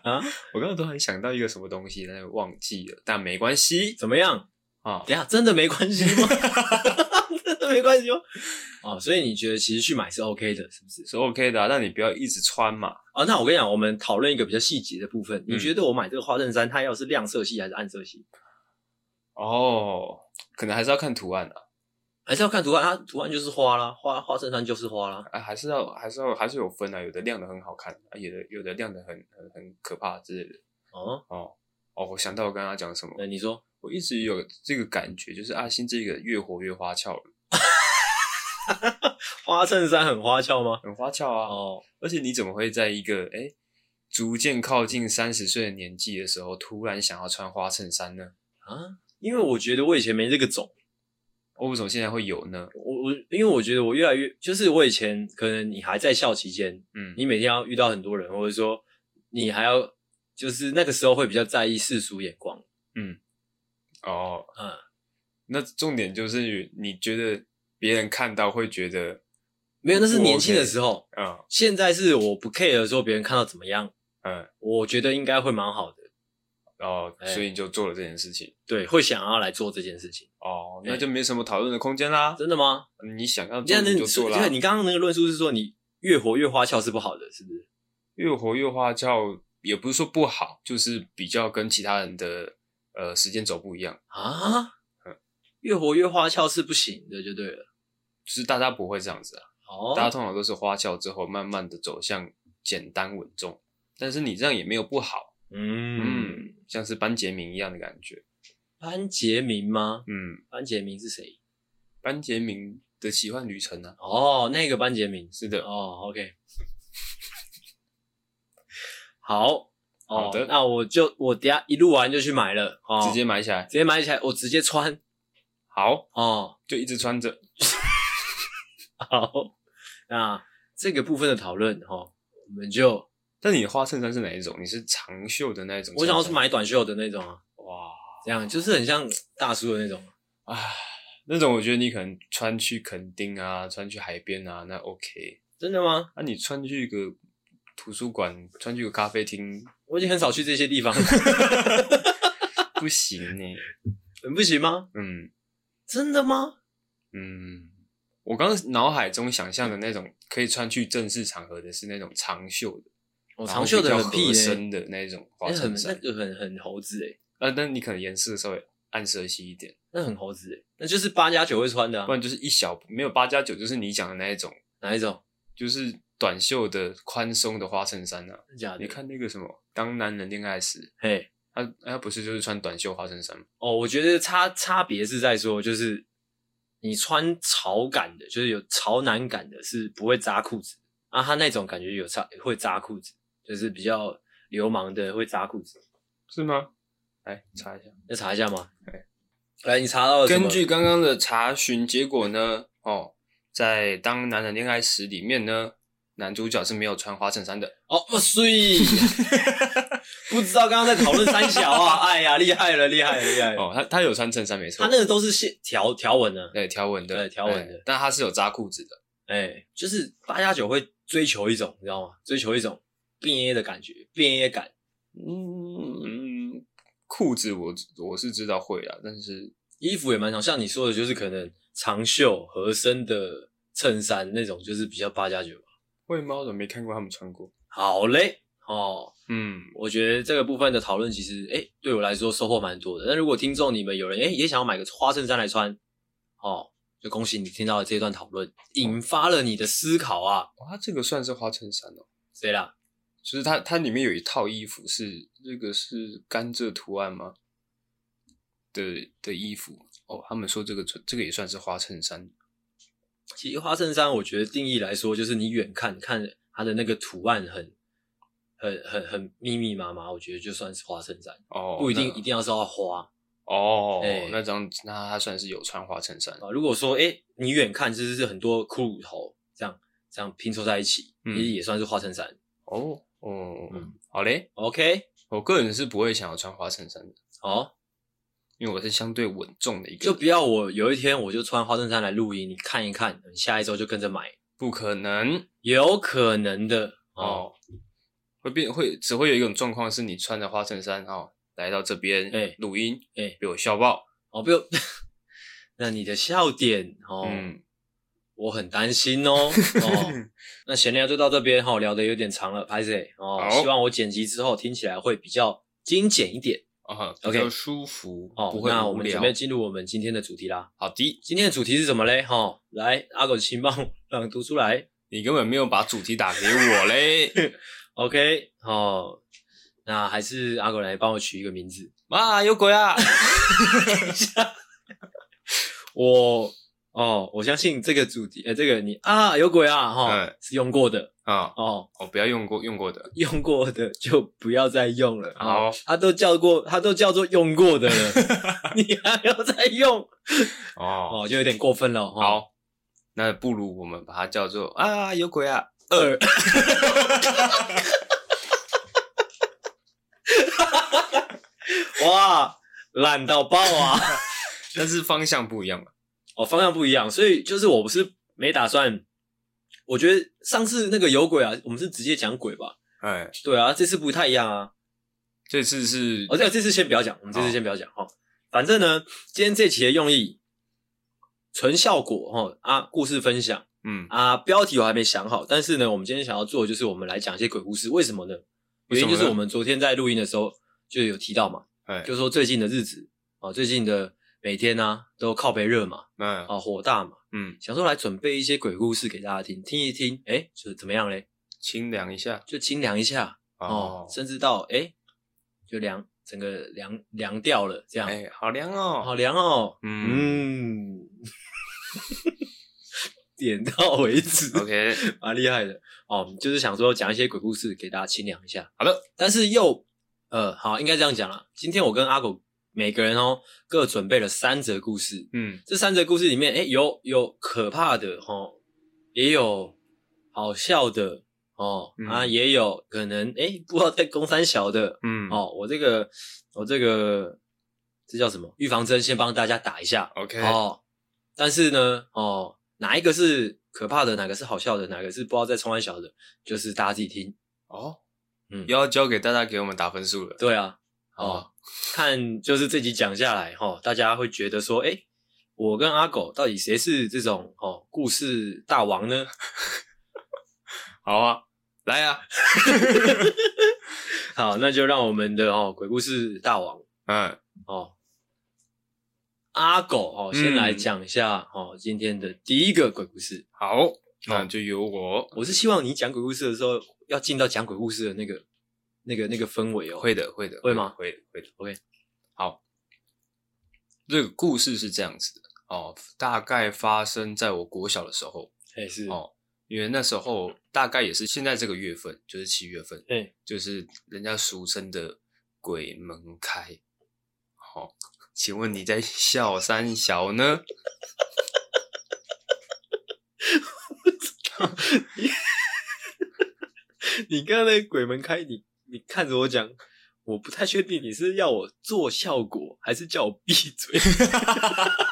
S1: 啊，
S2: 我刚刚突然想到一个什么东西，但是忘记了，但没关系
S1: 怎么样？
S2: 啊。
S1: 等一下真的没关系吗？ 真的没关系吗？哦，所以你觉得其实去买是 OK 的，是不是？
S2: 是 OK 的、啊，但你不要一直穿嘛。
S1: 啊，那我跟你讲，我们讨论一个比较细节的部分。你觉得我买这个花衬衫，它要是亮色系还是暗色系？
S2: 哦，可能还是要看图案啊，
S1: 还是要看图案？它图案就是花啦，花花衬衫就是花啦。
S2: 啊还是要还是要还是有分啊，有的亮的很好看，啊、有的有的亮的很很很可怕之类的。
S1: 哦，
S2: 哦哦，我想到我刚刚讲什么
S1: 那，你说，
S2: 我一直有这个感觉，就是阿星这个越活越花俏了，
S1: 花衬衫很花俏吗？
S2: 很花俏啊。
S1: 哦，
S2: 而且你怎么会在一个哎、诶逐渐靠近三十岁的年纪的时候，突然想要穿花衬衫呢？
S1: 啊，因为我觉得我以前没这个种，
S2: 哦，为什么现在会有呢？
S1: 我我因为我觉得我越来越，就是我以前可能你还在校期间，
S2: 嗯，
S1: 你每天要遇到很多人，或者说你还要就是那个时候会比较在意世俗眼光。
S2: 哦，
S1: 嗯，
S2: 那重点就是你觉得别人看到会觉得，
S1: 没有，那是
S2: 不
S1: 年轻的
S2: OK
S1: 时候，
S2: 嗯
S1: 现在是我不 care 说别人看到怎么样。
S2: 嗯，
S1: 我觉得应该会蛮好的，
S2: 哦，
S1: 哎
S2: 所以你就做了这件事情。
S1: 对，会想要来做这件事情，
S2: 哦，
S1: 哎
S2: 那就没什么讨论的空间啦。嗯
S1: 真的吗？
S2: 你想要
S1: 这
S2: 做
S1: 样
S2: 你
S1: 你
S2: 就做啦
S1: 对，你刚刚那个论述是说你越活越花俏是不好的，是不是？
S2: 越活越花俏，也不是说不好，就是比较跟其他人的呃时间轴不一样，
S1: 啊
S2: 嗯，
S1: 越活越花俏是不行的，就对了。
S2: 就是大家不会这样子啊。大家
S1: 哦，
S2: 通常都是花俏之后，慢慢的走向简单稳重。但是你这样也没有不好，
S1: 嗯，
S2: 嗯，像是班杰明一样的感觉，
S1: 班杰明吗？
S2: 嗯，
S1: 班杰明是谁？
S2: 班杰明的奇幻旅程啊，
S1: 哦，那个班杰明。
S2: 是的，
S1: 哦，OK，好，哦
S2: 好的
S1: 那我就我等一下一录完就去买了，哦，
S2: 直接买起来，
S1: 直接买起来，我直接穿，
S2: 好，
S1: 哦，
S2: 就一直穿着，
S1: 好，那这个部分的讨论哈，我们就
S2: 但你的花衬衫是哪一种？你是长袖的那一种？
S1: 我想要去，买短袖的那种啊，
S2: 哇，
S1: 这样就是很像大叔的那种。
S2: 唉，那种我觉得你可能穿去垦丁啊，穿去海边啊，那 OK。
S1: 真的吗？
S2: 那、你穿去一个图书馆，穿去一个咖啡厅，
S1: 我已经很少去这些地方，
S2: 不行呢。
S1: 很不行吗？
S2: 嗯
S1: 真的吗？
S2: 嗯，我刚刚脑海中想象的那种可以穿去正式场合的是那种长袖的，
S1: 我哦
S2: 然
S1: 长
S2: 后
S1: 袖的
S2: 比较
S1: 很屁
S2: 合
S1: 耶、
S2: 身的那种花
S1: 那很
S2: 衬
S1: 那
S2: 衫。
S1: 个很很猴子诶、
S2: 呃，但你可能颜色稍微暗色系一点，
S1: 那很猴子诶、那就是八加九会穿的、
S2: 不
S1: 啊，
S2: 然就是一小没有八加九，就是你讲的那一种，
S1: 哪一种？
S2: 就是短袖的宽松的花衬衫啊。
S1: 真假的？
S2: 你，看那个什么《当男人恋爱时》，
S1: 嘿，
S2: 他他不是就是穿短袖花衬衫吗？
S1: 哦，我觉得差差别是在说，就是你穿潮感的，就是有潮男感的，是不会扎裤子啊，他那种感觉有扎会扎裤子，就是比较流氓的会扎裤子。
S2: 是吗？来查一下。
S1: 要查一下吗
S2: 对？
S1: 来，你查到了什么
S2: 根据刚刚的查询结果呢，哦，在《当男人恋爱时》里面呢，男主角是没有穿花衬衫的。
S1: 哦，哇所 以不知道刚刚在讨论三小啊，哎呀，厉害了，厉害了，厉害了！
S2: 哦，他他有穿衬衫没错
S1: 他，那个都是线条条纹啊，
S2: 对条纹的，
S1: 对条纹的
S2: 哎但他是有扎裤子的。
S1: 哎，就是八加九会追求一种，你知道吗？追求一种变 A 的感觉，变 A 感。
S2: 嗯嗯，裤子我我是知道会啊，但是
S1: 衣服也蛮长，像你说的，就是可能长袖合身的衬衫那种，就是比较八加九吧。
S2: 会吗？我怎么没看过他们穿过？
S1: 好嘞，哦，
S2: 嗯，
S1: 我觉得这个部分的讨论，其实诶、对我来说收获蛮多的。那如果听众你们有人诶、也想要买个花衬衫来穿，哦，就恭喜你听到了这段讨论，引发了你的思考啊。
S2: 哇，他这个算是花衬衫哦，
S1: 谁啦？
S2: 就是它它里面有一套衣服是这个是甘蔗图案吗？的的衣服哦，他们说这个这个也算是花衬衫，
S1: 其实花衬衫，我觉得定义来说，就是你远看看它的那个图案很、很、很、很密密麻麻，我觉得就算是花衬衫，
S2: 哦，
S1: 不一定
S2: 那
S1: 一定要是要花。
S2: 哦，
S1: 哎
S2: 那张那他算是有穿花衬衫，
S1: 啊，如果说哎、诶你远看就是是很多骷髅头这样这样拼凑在一起，
S2: 嗯
S1: 也也算是花衬衫。
S2: 哦哦，
S1: 嗯
S2: 好嘞，
S1: OK，
S2: 我个人是不会想要穿花衬衫的，
S1: 好、
S2: 因为我是相对稳重的一个
S1: 就
S2: 人，
S1: 不要我有一天我就穿花衬衫来录音，你看一看，你下一周就跟着买，
S2: 不可能
S1: 有可能的哦。
S2: 哦，会变会只会有一种状况是你穿着花衬衫哦来到这边
S1: 哎
S2: 录音，
S1: 哎
S2: 被我笑爆，
S1: 哦，不要， 那你的笑点哦，
S2: 嗯，
S1: 我很担心哦。 哦，那闲聊就到这边哈、哦，聊的有点长了，拍谁哦
S2: 好？
S1: 希望我剪辑之后听起来会比较精简一点
S2: 啊，比
S1: OK
S2: 较舒服，
S1: 哦。
S2: 不会
S1: 那我
S2: 无
S1: 们
S2: 聊
S1: 准。备进入我们今天的主题啦。
S2: 好的，
S1: 今天的主题是什么嘞？哈、哦，来，阿狗请帮我朗读出来。
S2: 你根本没有把主题打给我 嘞，
S1: OK，哦，那还是阿狗来帮我取一个名字。
S2: 妈有鬼啊！
S1: 我哦，我相信这个主题，呃，这个你啊，有鬼啊，哈、
S2: 嗯
S1: 是用过的
S2: 啊，
S1: 哦，
S2: 我不要用过用过的，
S1: 用过的就不要再用了啊
S2: 好，
S1: 它都叫过，它都叫做用过的 了，你还要再用
S2: 哦，
S1: 哦，就有点过分了。哦、，
S2: 好，那不如我们把它叫做啊有鬼啊，
S1: 二， 哇，懒到爆啊！
S2: 但是方向不一样嘛。
S1: 哦，方向不一样，所以就是我不是没打算。我觉得上次那个有鬼啊，我们是直接讲鬼吧？
S2: 哎，
S1: 对啊，这次不太一样啊。
S2: 这次是
S1: 哦，这这次先不要讲，我们这次
S2: 好
S1: 先不要讲哈、哦。反正呢，今天这期的用意纯效果哈、哦、啊，故事分享
S2: 嗯，
S1: 啊，标题我还没想好，但是呢，我们今天想要做的就是我们来讲一些鬼故事，为什么呢？
S2: 为
S1: 原
S2: 什
S1: 因
S2: 么呢
S1: 就是我们昨天在录音的时候就有提到嘛，
S2: 哎，
S1: 就说最近的日子啊，最近的每天啊都靠背热嘛，
S2: 嗯
S1: 啊火大嘛。
S2: 嗯，
S1: 想说来准备一些鬼故事给大家听，听一听，哎、就是怎么样嘞？
S2: 清凉一下
S1: 就清凉一下哦
S2: 哦，，
S1: 甚至到哎、就凉，整个凉凉掉了，这样，
S2: 哎，好凉哦
S1: 好，凉哦，
S2: 嗯
S1: 嗯， 点到为止，
S2: ，OK，
S1: 蛮厉害的哦。就是想说讲一些鬼故事给大家清凉一下，
S2: 好的，
S1: 但是又呃，好，应该这样讲啦。今天我跟阿狗每个人哦各准备了三则故事，
S2: 嗯，
S1: 这三则故事里面，哎、有有可怕的哦，也有好笑的哦，
S2: 嗯
S1: 啊，也有可能哎、诶不知道在公三小的、
S2: 嗯，
S1: 哦。我这个我这个这叫什么？预防针先帮大家打一下
S2: ，OK，
S1: 哦。
S2: 哎
S1: 但是呢，哦，哪一个是可怕的，哪个是好笑的，哪个是不知道在冲三小的，就是大家自己听。
S2: 哦，
S1: 嗯
S2: 又要交给大家给我们打分数了，
S1: 对啊，哦
S2: 哦，
S1: 看就是这集讲下来哈、哦，大家会觉得说，哎、我跟阿狗到底谁是这种哦故事大王呢？
S2: 好啊，来啊，
S1: 好，那就让我们的哦鬼故事大王
S2: 嗯，
S1: 哦阿狗哦先
S2: 嗯
S1: 来讲一下、哦今天的第一个鬼故事。
S2: 好，那就由我，
S1: 我是希望你讲鬼故事的时候要进到讲鬼故事的那个那个那个氛围哦。
S2: 会的，会的，
S1: 会吗
S2: 会的，会的。
S1: OK
S2: 好，这个故事是这样子的哦，大概发生在我国小的时候
S1: 哎、是
S2: 哦，因为那时候大概也是现在这个月份，就是七月份，
S1: 哎、
S2: 就是人家俗称的鬼门开。好、请问你在笑三小呢？
S1: 你刚才那个鬼门开，你你看着我讲，我不太确定你是要我做效果，还是叫我闭嘴。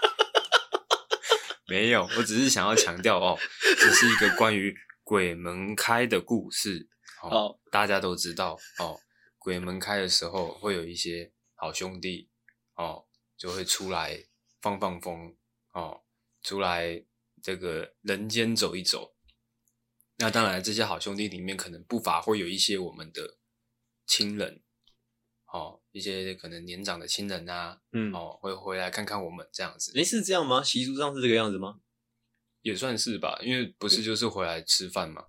S2: 没有，我只是想要强调哦，这是一个关于鬼门开的故事。哦，
S1: 好，
S2: 大家都知道哦，鬼门开的时候会有一些好兄弟哦，就会出来放放风哦，出来这个人间走一走。那当然，这些好兄弟里面可能不乏会有一些我们的亲人，哦，一些可能年长的亲人啊，
S1: 嗯，
S2: 哦，会回来看看我们这样子。
S1: 诶，是这样吗？习俗上是这个样子吗？
S2: 也算是吧，因为不是就是回来吃饭嘛。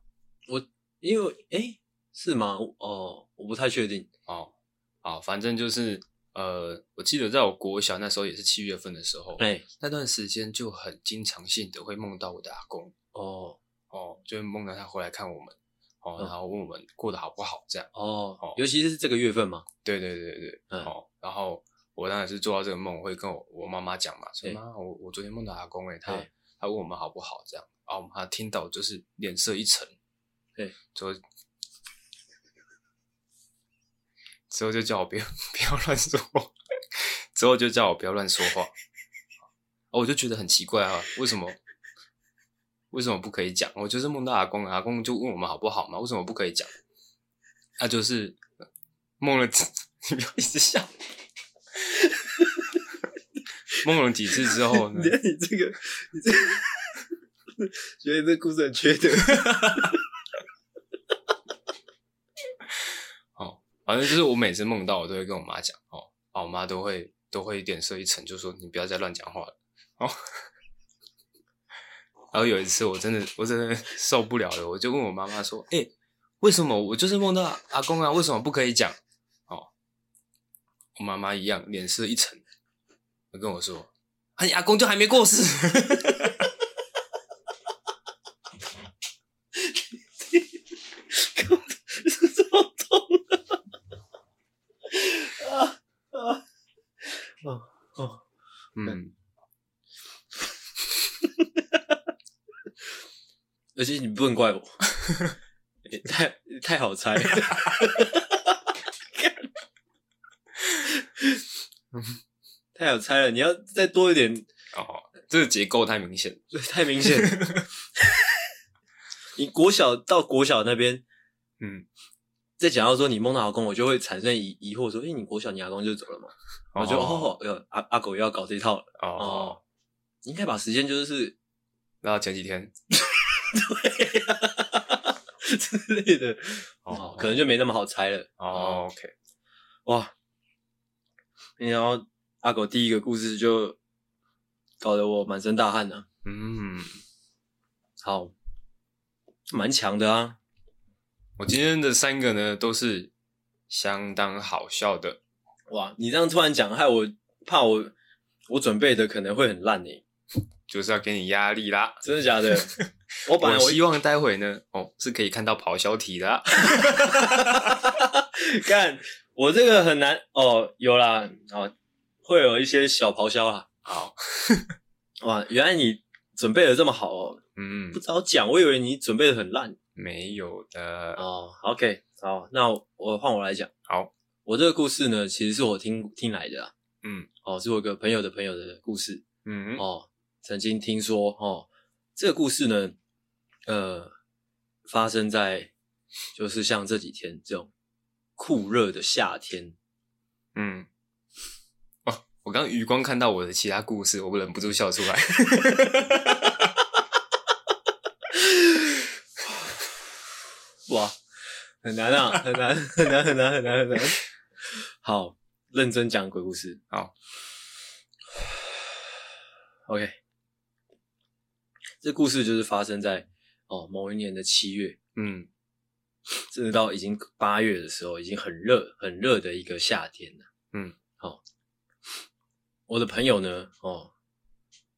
S1: 因为诶，是吗？我哦，我不太确定。
S2: 哦，好，反正就是呃，我记得在我国小那时候也是七月份的时候，
S1: 哎、
S2: 那段时间就很经常性的会梦到我的阿公，
S1: 哦
S2: 哦，就会梦到他回来看我们，哦，
S1: 嗯
S2: 然后问我们过得好不好这样。
S1: 哦
S2: 哦，
S1: 尤其是这个月份嘛，
S2: 对对对对，
S1: 嗯
S2: 哦，然后我当然是做到这个梦，我会跟我我妈妈讲嘛，说
S1: 对
S2: 妈，我我昨天梦到阿公诶、他
S1: 对
S2: 他问我们好不好这样，啊，我们他听到就是脸色一沉，
S1: 对，
S2: 之后之后就叫我不要不要乱说话，之后就叫我不要乱说话，哦，我就觉得很奇怪啊，为什么？为什么不可以讲？我就是梦到阿公，阿公就问我们好不好嘛，为什么不可以讲？他、就是呃梦了几，你不要一直笑。 梦了几次之后呢
S1: 你？你这个，你这个，觉得这故事很缺德。
S2: 反正就是我每次梦到，我都会跟我妈讲哦，啊，我妈都会都会脸色一沉，就说你不要再乱讲话了哦。 然后有一次我真的我真的 受不了了，我就问我妈妈说：“哎、为什么我就是梦到阿公啊？为什么不可以讲？”哦，我妈妈一样脸色一沉，她跟我说：“啊，你阿公就还没过世。
S1: 手痛啊！啊啊！哦哦，”
S2: 嗯，
S1: 而且你不能怪我， 也太太好猜了。太好猜了，你要再多一点，
S2: 哦，这个结构太明显了。
S1: 太明显了。你国小到国小那边，
S2: 嗯，
S1: 再讲到说你梦到阿公，我就会产生疑疑惑，说：“哎、你国小你阿公就走了嘛？”我就哦，呃阿阿狗又要搞这一套了。
S2: 哦
S1: 哦
S2: 哦，
S1: 你应该把时间就是
S2: 然后前几天
S1: 之类的，哦，可能就没那么好猜了。
S2: 哦，OK，
S1: 哇！然后阿狗第一个故事就搞得我满身大汗啊。
S2: 嗯，
S1: 好，蛮强的啊。
S2: 我今天的三个呢都是相当好笑的，
S1: 哇，你这样突然讲，害我怕我我准备的可能会很烂诶、
S2: 就是要给你压力啦。
S1: 真的假 的？我本来
S2: 我
S1: 我
S2: 希望待会呢，哦，是可以看到咆哮体的啊、
S1: 干，我这个很难哦，有啦，哦，会有一些小咆哮啦。
S2: 好，
S1: 哇，原来你准备的这么好哦，
S2: 嗯
S1: 不，早讲，我以为你准备的很烂
S2: 没有的。
S1: 哦。OK，好，那我换我来讲。
S2: 好，
S1: 我这个故事呢，其实是我听听来的啦。
S2: 嗯，
S1: 哦，是我一个朋友的朋友的故事。
S2: 嗯，
S1: 哦，曾经听说哦，这个故事呢，呃，发生在就是像这几天这种酷热的夏天，
S2: 嗯，哦，我刚余光看到我的其他故事，我忍不住笑出来。
S1: 哇，很难啊，很难，很难，很难，很难，很难。好，认真讲鬼故事。
S2: 好
S1: ，OK，这故事就是发生在哦某一年的七月，
S2: 嗯
S1: 甚至到已经八月的时候，已经很热很热的一个夏天了。
S2: 嗯，
S1: 好、我的朋友呢，哦，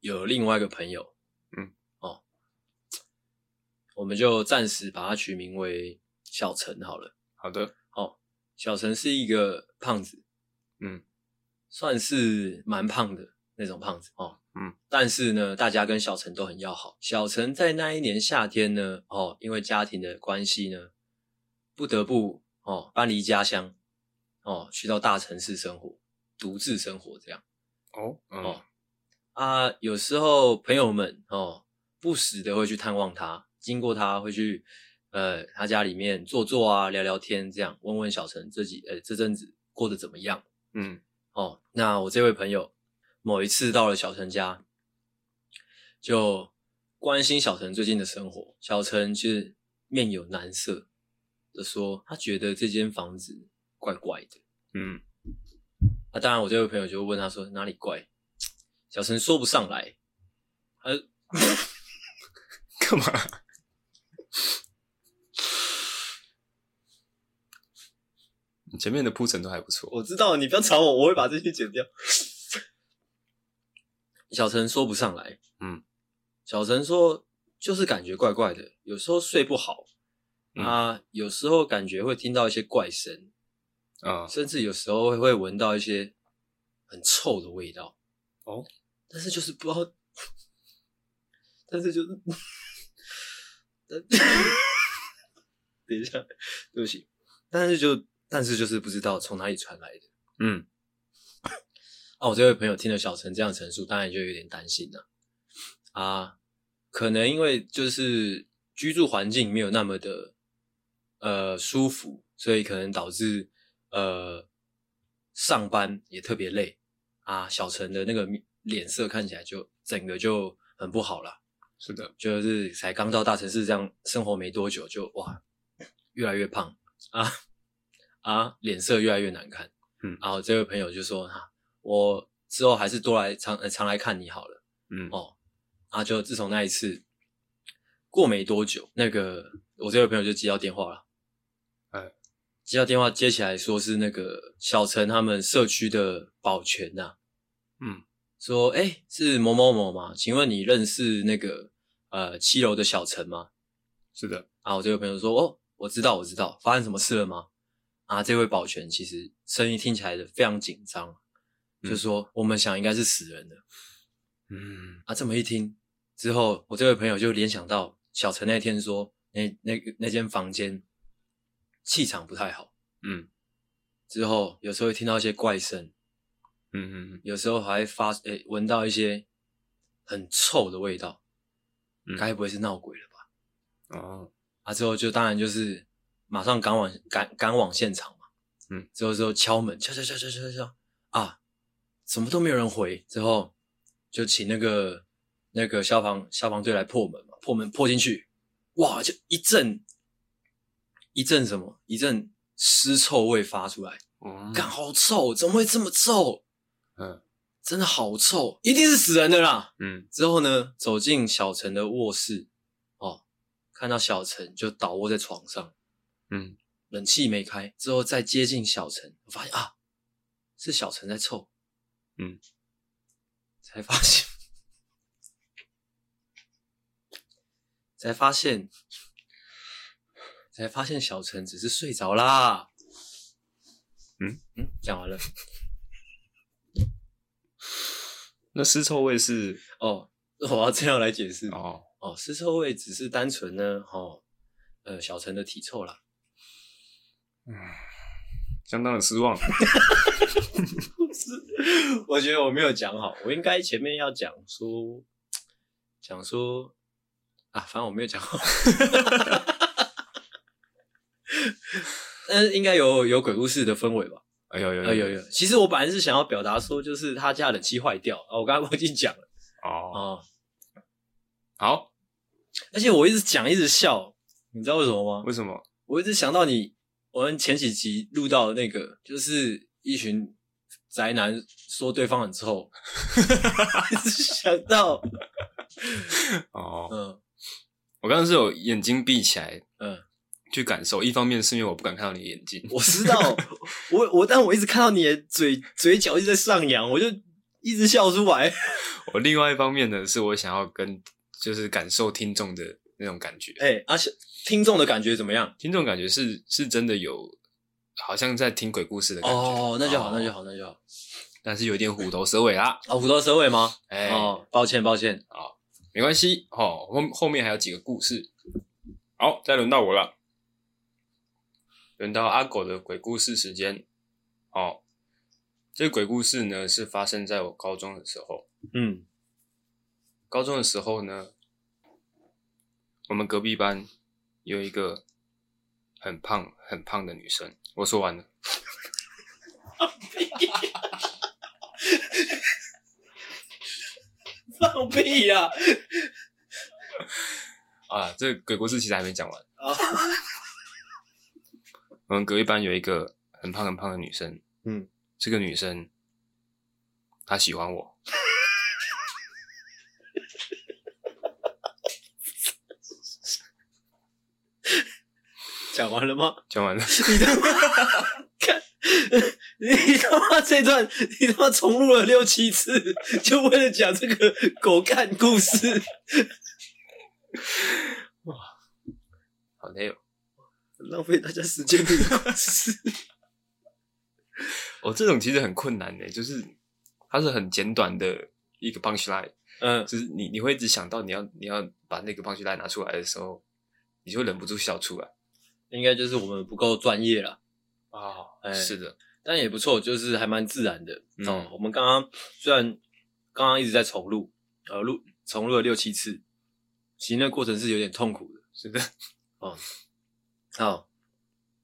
S1: 有另外一个朋友，
S2: 嗯，
S1: 哦，我们就暂时把它取名为小陈好了。
S2: 好的，
S1: 小陈是一个胖子，
S2: 嗯，
S1: 算是蛮胖的那种胖子哦，
S2: 嗯，
S1: 但是呢，大家跟小陈都很要好。小陈在那一年夏天呢，哦，因为家庭的关系呢，不得不哦搬离家乡，哦，去到大城市生活，独自生活这样。
S2: 哦，嗯，
S1: 哦啊，有时候朋友们哦，不时的会去探望他，经过他会去呃他家里面坐坐啊，聊聊天，这样问问小陈这几呃这阵子过得怎么样
S2: 嗯，
S1: 哦。那我这位朋友某一次到了小陈家，就关心小陈最近的生活。小陈就是面有难色的说，他觉得这间房子怪怪的。
S2: 嗯，
S1: 那、当然，我这位朋友就问他说哪里怪，小陈说不上来，呃，
S2: 干嘛？ 你前面的铺陈都还不错，
S1: 我知道你不要吵我，我会把这些剪掉。 小陈说不上来，
S2: 嗯，
S1: 小陈说就是感觉怪怪的，有时候睡不好，
S2: 嗯
S1: 啊，有时候感觉会听到一些怪声，
S2: 啊，
S1: 甚至有时候会会闻到一些很臭的味道。
S2: 哦，
S1: 但是就是不知道，但是 就是，但 等一下，对不起，但是就但是就是不知道从哪里传来的。
S2: 嗯，
S1: 啊，我这位朋友听了小陈这样陈述，当然就有点担心了、啊。可能因为就是居住环境没有那么的呃舒服，所以可能导致呃上班也特别累啊。小陈的那个面脸色看起来就整个就很不好了，
S2: 是的，
S1: 就是才刚到大城市这样生活没多久就哇越来越胖啊啊，脸色越来越难看。
S2: 嗯
S1: 然后这位朋友就说啊，我之后还是多来常呃常来看你好了。
S2: 嗯，
S1: 哦，啊，就自从那一次过没多久，那个我这位朋友就接到电话了，
S2: 哎，
S1: 接到电话接起来说是那个小陈他们社区的保全呐、
S2: 嗯，
S1: 说哎、诶是某某某吗？请问你认识那个呃七楼的小陈吗？
S2: 是的，
S1: 啊，我这位朋友说哦，我知道我知道，发生什么事了吗？啊，这位保全其实声音听起来的非常紧张，就
S2: 嗯
S1: 说我们想应该是死人了。
S2: 嗯，
S1: 啊，这么一听之后，我这位朋友就联想到小陈那天说，那那个那间房间气场不太好，
S2: 嗯，
S1: 之后有时候会听到一些怪声，
S2: 嗯嗯
S1: 有时候还会发诶闻、到一些很臭的味道
S2: 嗯，
S1: 该不会是闹鬼了吧？
S2: 嗯，哦，
S1: 啊，之后就当然就是马上赶往赶赶往现场嘛，
S2: 嗯，
S1: 之后之后敲门，敲敲敲敲敲敲啊，怎么都没有人回，之后就请那个那个消防消防队来破门嘛，破门破进去，哇，就一阵一阵什么一阵尸臭味发出来，
S2: 哦
S1: 干、好臭，怎么会这么臭？
S2: 嗯，
S1: 真的好臭，一定是死人的啦。
S2: 嗯，
S1: 之后呢，走进小陈的卧室，哦，看到小陈就倒卧在床上，
S2: 嗯，
S1: 冷气没开。之后再接近小陈，我发现啊，是小陈在臭，
S2: 嗯，
S1: 才发现，才发现，才发现小陈只是睡着啦。
S2: 嗯
S1: 嗯，讲完了
S2: 那尸臭味是
S1: 哦，我要这样来解释
S2: 哦，
S1: 哦，尸臭味只是单纯呢，哦，呃，小陈的体臭啦。
S2: 相当的失望，
S1: 是， 我觉得我没有讲好，我应该前面要讲说，讲说啊，反正我没有讲好。 但是应该有有鬼故事的氛围吧？
S2: 哎呦呦
S1: 啊，有有。其实我本来是想要表达说，就是他家冷气坏掉啊，我刚刚忘记讲了
S2: 哦，
S1: 啊、
S2: 好，
S1: 而且我一直讲一直笑，你知道为什么吗？
S2: 为什么？
S1: 我一直想到你，我们前几集录到的那个，就是一群宅男说对方很臭，一直想到，
S2: 哦，
S1: 嗯
S2: 我刚刚是有眼睛闭起来
S1: 嗯，
S2: 去感受，一方面是因为我不敢看到你的眼睛，
S1: 我知道，我我，但我一直看到你的嘴嘴角一直在上扬，我就一直笑出来。
S2: 我另外一方面呢，是我想要跟就是感受听众的那种感觉。
S1: 哎、而且听众的感觉怎么样？
S2: 听众感觉是是真的有，好像在听鬼故事的感觉。
S1: 哦，那就好，那就
S2: 好。
S1: 好，那就好。
S2: 但是有点虎头蛇尾啦，
S1: 啊，虎头蛇尾吗？
S2: 哎、
S1: 哦，抱歉，抱歉。
S2: 没关系，哦，后后面还有几个故事。好，再轮到我了，轮到阿狗的鬼故事时间。哦，这个鬼故事呢是发生在我高中的时候。
S1: 嗯
S2: 高中的时候呢，我们隔壁班有一个很胖很胖的女生。我说完了。
S1: 放屁呀、
S2: 啊，这个鬼故事其实还没讲完。
S1: 啊！
S2: 我们隔壁班有一个很胖很胖的女生，
S1: 嗯，
S2: 这个女生她喜欢我，
S1: 讲完了吗？
S2: 讲完了，
S1: 你他妈这段你他妈重录了六七次，就为了讲这个狗干故事，
S2: 好累哦。
S1: 浪费大家时间的故事。
S2: 哦，这种其实很困难的，就是它是很简短的一个 punch line，
S1: 嗯，
S2: 就是你你会一直想到你要你要把那个 punch line 拿出来的时候，你就会忍不住笑出来
S1: 应该就是我们不够专业啦，
S2: 啊、
S1: 哎
S2: 是的，
S1: 但也不错，就是还蛮自然的。
S2: 嗯
S1: 哦，我们刚刚虽然刚刚一直在重录，呃，录重录了六七次，其实那过程是有点痛苦的。
S2: 是的。
S1: 好，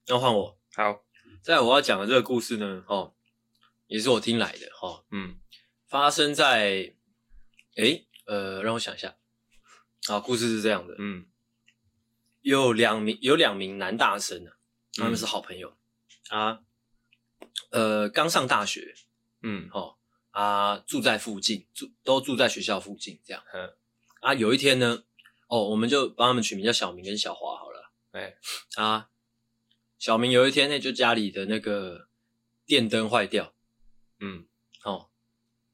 S1: 那换我。
S2: 好，
S1: 在我要讲的这个故事呢，哦，也是我听来的哦，
S2: 嗯，
S1: 发生在，诶，呃，让我想一下，啊，故事是这样的，
S2: 嗯
S1: 有两名有两名男大生啊，他们是好朋友、啊，呃，刚上大学
S2: 嗯
S1: 哦，啊，住在附近，住都住在学校附近这样，
S2: 嗯
S1: 啊，有一天呢，哦，我们就帮他们取名叫小明跟小华好了。
S2: 哎
S1: 啊，小明有一天呢，就家里的那个电灯坏掉，
S2: 嗯
S1: 哦，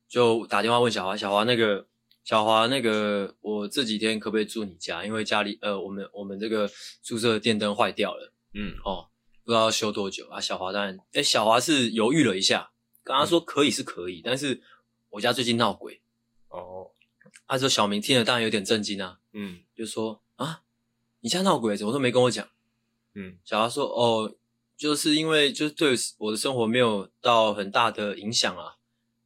S1: 就打电话问小华，小华那个小华那个，我这几天可不可以住你家？因为家里呃，我们我们这个宿舍的电灯坏掉了，
S2: 嗯
S1: 哦，不知道要修多久啊。小华当然，哎，小华是犹豫了一下，跟他说可以是可以，但是我家最近闹鬼。
S2: 哦
S1: 他说小明听了当然有点震惊啊，
S2: 嗯
S1: 就说啊，你家闹鬼怎么都没跟我讲？
S2: 嗯
S1: 小华说：“哦，就是因为就是对我的生活没有到很大的影响啊，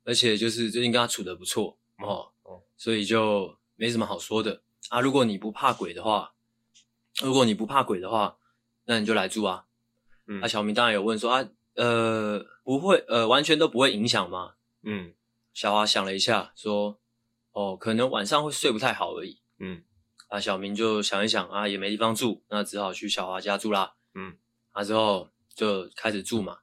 S1: 而且就是最近跟他处的不错哦，
S2: 哦
S1: 所以就没什么好说的啊。如果你不怕鬼的话，如果你不怕鬼的话，那你就来住啊。
S2: 嗯
S1: 那、小明当然有问说啊，呃，不会，呃，完全都不会影响吗？
S2: 嗯
S1: 小华想了一下，说：哦，可能晚上会睡不太好而已。
S2: 嗯
S1: 啊，小明就想一想啊，也没地方住，那只好去小华家住啦。
S2: 嗯，
S1: 啊之后就开始住嘛，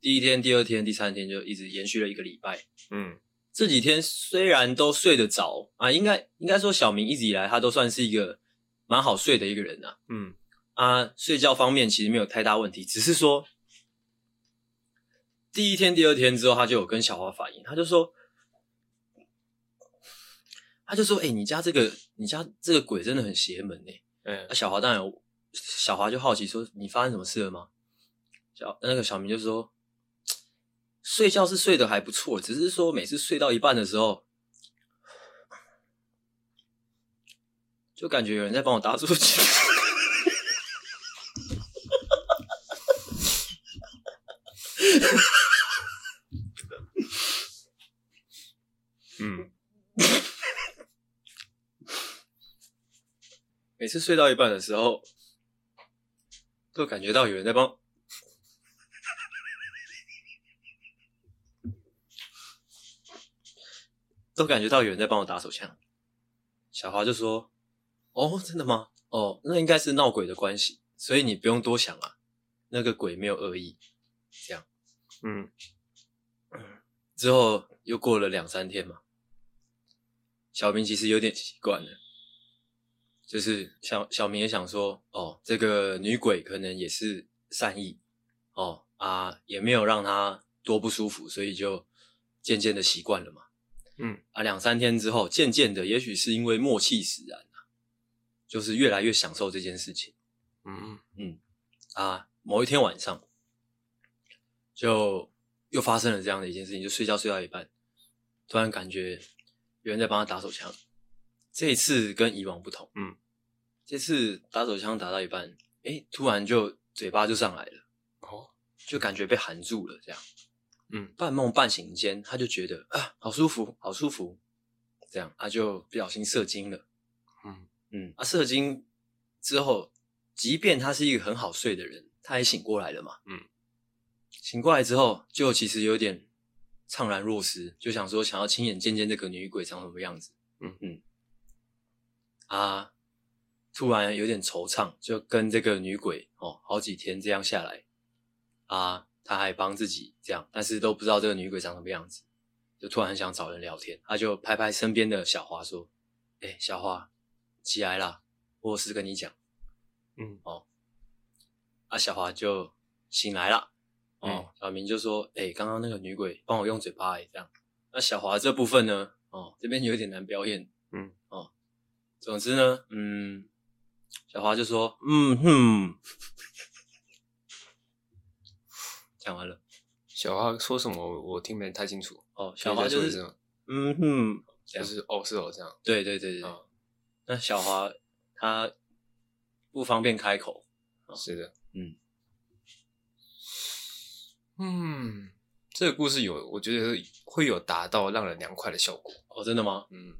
S1: 第一天、第二天、第三天就一直延续了一个礼拜。
S2: 嗯
S1: 这几天虽然都睡得着啊，应该应该说小明一直以来他都算是一个蛮好睡的一个人啊。
S2: 嗯
S1: 啊，睡觉方面其实没有太大问题，只是说第一天、第二天之后，他就有跟小花反映，他就说，他就说，哎、你家这个你家这个鬼真的很邪门呢、
S2: 哎
S1: 那小华当然有，小华就好奇说：“你发生什么事了吗？”小那个小明就说：“睡觉是睡得还不错，只是说每次睡到一半的时候，就感觉有人在帮我打出去。
S2: 嗯
S1: 每次睡到一半的时候，都感觉到有人在帮。”都感觉到有人在帮我打手枪。小华就说：“哦，真的吗？哦，那应该是闹鬼的关系，所以你不用多想啊，那个鬼没有恶意。”这样
S2: 嗯
S1: 之后又过了两三天嘛，小明其实有点习惯了，就是小小明也想说：“哦，这个女鬼可能也是善意，哦啊，也没有让他多不舒服，所以就渐渐的习惯了嘛。”
S2: 嗯
S1: 啊，两三天之后，渐渐的，也许是因为默契使然啊，就是越来越享受这件事情
S2: 嗯
S1: 啊。某一天晚上，就又发生了这样的一件事情，就睡觉睡到一半，突然感觉有人在帮他打手枪。这一次跟以往不同，
S2: 嗯，
S1: 这次打手枪打到一半，诶、突然就嘴巴就上来了。
S2: 哦，
S1: 就感觉被含住了，这样，
S2: 嗯，
S1: 半梦半醒间，他就觉得啊，好舒服，好舒服，这样，他就不小心射精了，
S2: 嗯
S1: 嗯，啊，射精之后，即便他是一个很好睡的人，他也醒过来了嘛，
S2: 嗯，
S1: 醒过来之后，就其实有点怅然若失，就想说想要亲眼见见这个女鬼长什么样子，
S2: 嗯
S1: 嗯，啊，突然有点惆怅，就跟这个女鬼哦，好几天这样下来。啊，他还帮自己这样，但是都不知道这个女鬼长什么样子，就突然很想找人聊天，他就拍拍身边的小花说：“哎、小花，起来啦，我有事跟你讲。哦
S2: 嗯”
S1: 啊，小花就醒来了。哦，
S2: 嗯
S1: 小明就说：“哎、刚刚那个女鬼帮我用嘴巴、欸，这样。”那小华这部分呢，哦，这边有点难表演。
S2: 嗯，
S1: 哦，总之呢，嗯，小华就说：“嗯哼。”讲完了。
S2: 小花说什么我我听没太清楚，
S1: 哦，小华就
S2: 可以
S1: 是
S2: 再说一次吗
S1: 嗯哼，这样
S2: 就是哦是哦这样，
S1: 对对对对。
S2: 哦
S1: 嗯那小华他不方便开口，哦
S2: 是的，
S1: 嗯
S2: 嗯，这个故事有我觉得会有达到让人凉快的效果，
S1: 哦，真的吗？
S2: 嗯，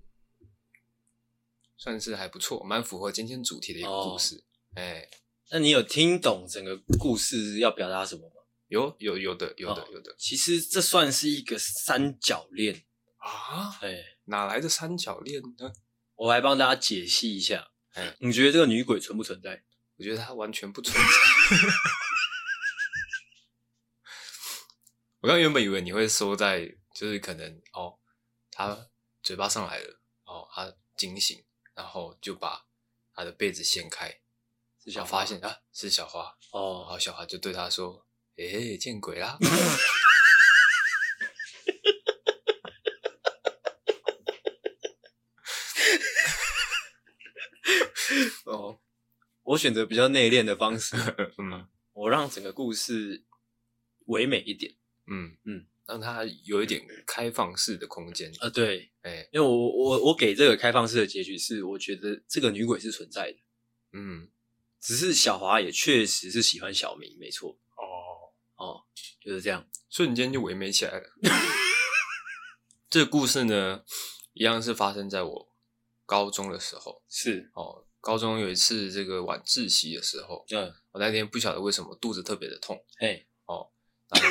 S2: 算是还不错，蛮符合今天主题的一个
S1: 哦
S2: 故事，哎、
S1: 那你有听懂整个故事要表达什么吗？
S2: 有有有的有的、
S1: 哦
S2: 有的
S1: 其实这算是一个三角恋，
S2: 啊，
S1: 哎、
S2: 哪来的三角恋呢？
S1: 我来帮大家解析一下。
S2: 哎
S1: 你觉得这个女鬼存不存在？
S2: 我觉得它完全不存在。我刚原本以为你会说在，就是可能哦，他嘴巴上来了，哦，他惊醒，然后就把他的被子掀开，
S1: 是
S2: 然
S1: 小
S2: 后
S1: 花
S2: 发现啊是小花，然
S1: 哦，
S2: 后小花就对他说：“诶、见鬼啦！”
S1: 哦，我选择比较内敛的方式，
S2: 嗯
S1: 我让整个故事唯美一点。
S2: 嗯
S1: 嗯
S2: 嗯，让他有一点开放式的空间，
S1: 啊，对，
S2: 哎、
S1: 因为我我我给这个开放式的结局是，我觉得这个女鬼是存在的，
S2: 嗯，
S1: 只是小华也确实是喜欢小明，没错，
S2: 哦，
S1: 哦，就是这样，
S2: 瞬间就唯美起来了。 这个故事呢，一样是发生在我高中的时候
S1: 是，
S2: 哦。高中有一次这个晚自习的时候，
S1: 嗯，
S2: 我那天不晓得为什么肚子特别的痛，
S1: 嘿，
S2: 然后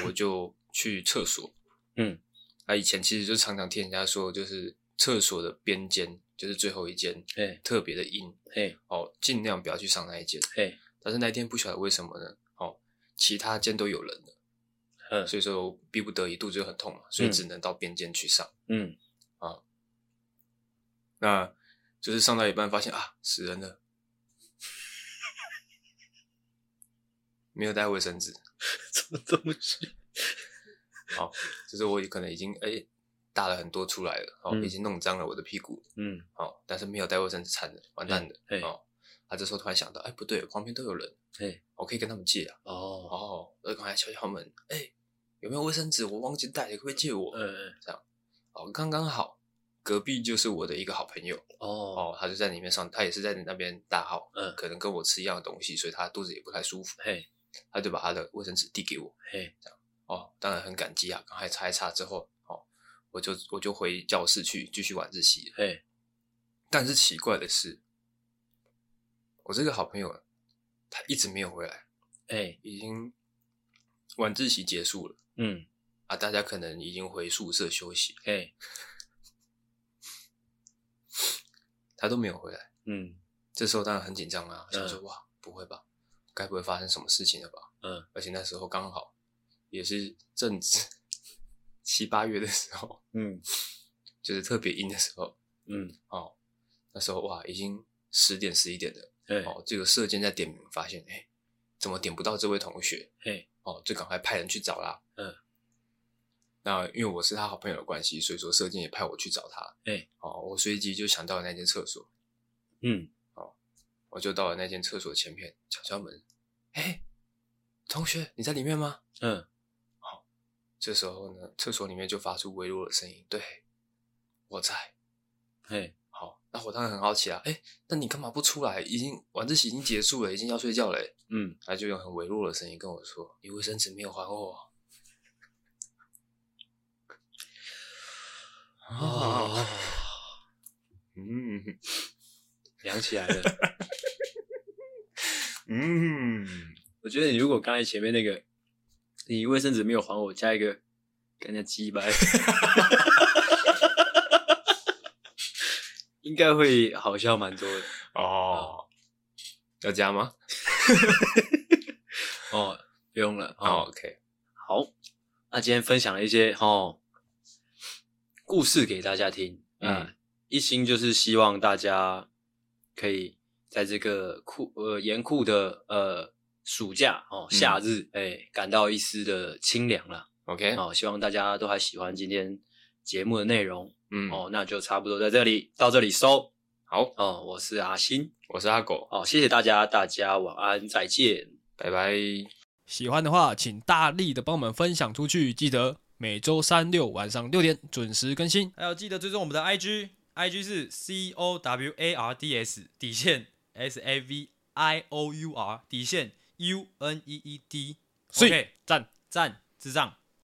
S2: 我就去厕所。
S1: 嗯，
S2: 那以前其实就常常听人家说，就是厕所的边间，就是最后一间，
S1: 嘿，
S2: 特别的阴
S1: 嘿，
S2: 哦，尽量不要去上那一间。
S1: 嘿，
S2: 但是那一天不晓得为什么呢，哦，其他间都有人了，
S1: 嗯，
S2: 所以说我逼不得已，肚子就很痛嘛，所以
S1: 嗯
S2: 只能到边间去上。
S1: 嗯，
S2: 那就是上到一半发现啊，死人了，没有带卫生纸，
S1: 什么东西？
S2: 就是我可能已经哎、打了很多出来了，哦，
S1: 嗯
S2: 已经弄脏了我的屁股，
S1: 嗯，
S2: 哦，但是没有带卫生纸，惨了，完蛋了
S1: 嘿嘿，
S2: 哦。他这时候突然想到，哎、不对，旁边都有人，
S1: 嘿，
S2: 我可以跟他们借啊。
S1: 哦，
S2: 哦，我就赶快敲敲门，哎、有没有卫生纸？我忘记带了，可不可以借我？
S1: 嗯，
S2: 哦，刚刚好，隔壁就是我的一个好朋友，
S1: 哦，
S2: 哦，他就在里面上，他也是在那边大号，
S1: 嗯
S2: 可能跟我吃一样的东西，所以他肚子也不太舒服，
S1: 嘿，
S2: 他就把他的卫生纸递给我，
S1: 嘿，
S2: 哦，当然很感激啊，赶快擦一擦之后，哦，我就我就回教室去继续晚自习了。
S1: 嘿，
S2: 但是奇怪的是，我这个好朋友啊他一直没有回来，
S1: 嘿，
S2: 已经晚自习结束了
S1: 嗯，
S2: 啊，大家可能已经回宿舍休息，
S1: 嘿，
S2: 他都没有回来。
S1: 嗯，
S2: 这时候当然很紧张啊，
S1: 嗯
S2: 想说、哇，不会吧，该不会发生什么事情了吧？
S1: 嗯，
S2: 而且那时候刚好也是正值 七八月的时候，
S1: 嗯，
S2: 就是特别阴的时候
S1: 嗯，
S2: 哦。那时候哇，已经十点十一点了
S1: 嘿，
S2: 哦。这个射箭在点名，发现哎，怎么点不到这位同学？
S1: 嘿，
S2: 哦，就赶快派人去找啦。
S1: 嗯，
S2: 那因为我是他好朋友的关系，所以说射箭也派我去找他。
S1: 哎，
S2: 哦，我随即就想到了那间厕所，
S1: 嗯，
S2: 我就到了那间厕所前面，敲敲门，哎，同学，你在里面吗？
S1: 嗯，
S2: 这时候呢，厕所里面就发出微弱的声音，对，我在。
S1: 嘿，
S2: 好，那我当然很好奇啊，哎，那你干嘛不出来？已经晚自习已经结束了，已经要睡觉了欸。
S1: 嗯，
S2: 他就用很微弱的声音跟我说：“你卫生纸没有还我。”
S1: 哦，
S2: 嗯
S1: 凉起来了。
S2: 嗯，
S1: 我觉得你如果刚才前面那个，你卫生纸没有还我，加一个干掉鸡掰， 应该会好笑蛮多的
S2: 哦，要加吗？
S1: 哦。不用了
S2: 哦
S1: 哦，
S2: ，OK，
S1: 好，那今天分享了一些哦故事给大家听，
S2: 嗯
S1: 嗯，一心就是希望大家可以在这个酷呃严酷的呃暑假哦
S2: 嗯
S1: 夏日，哎、感到一丝的清凉了。
S2: ，OK，
S1: 哦，希望大家都还喜欢今天节目的内容、
S2: 嗯，
S1: 哦，那就差不多在这里到这里收
S2: 好，
S1: 哦，我是阿星
S2: 我是阿狗，
S1: 哦，谢谢大家，大家晚安，再见。
S2: 拜拜。
S3: 喜欢的话，请大力的帮我们分享出去。记得每周三六晚上六点准时更新。
S4: 还有记得追踪我们的 IG，IG 是 C O W A R D S 底线 S A V I O U R 底线 U N E E D。
S3: 所以
S4: OK，
S3: 赞
S4: 赞智障。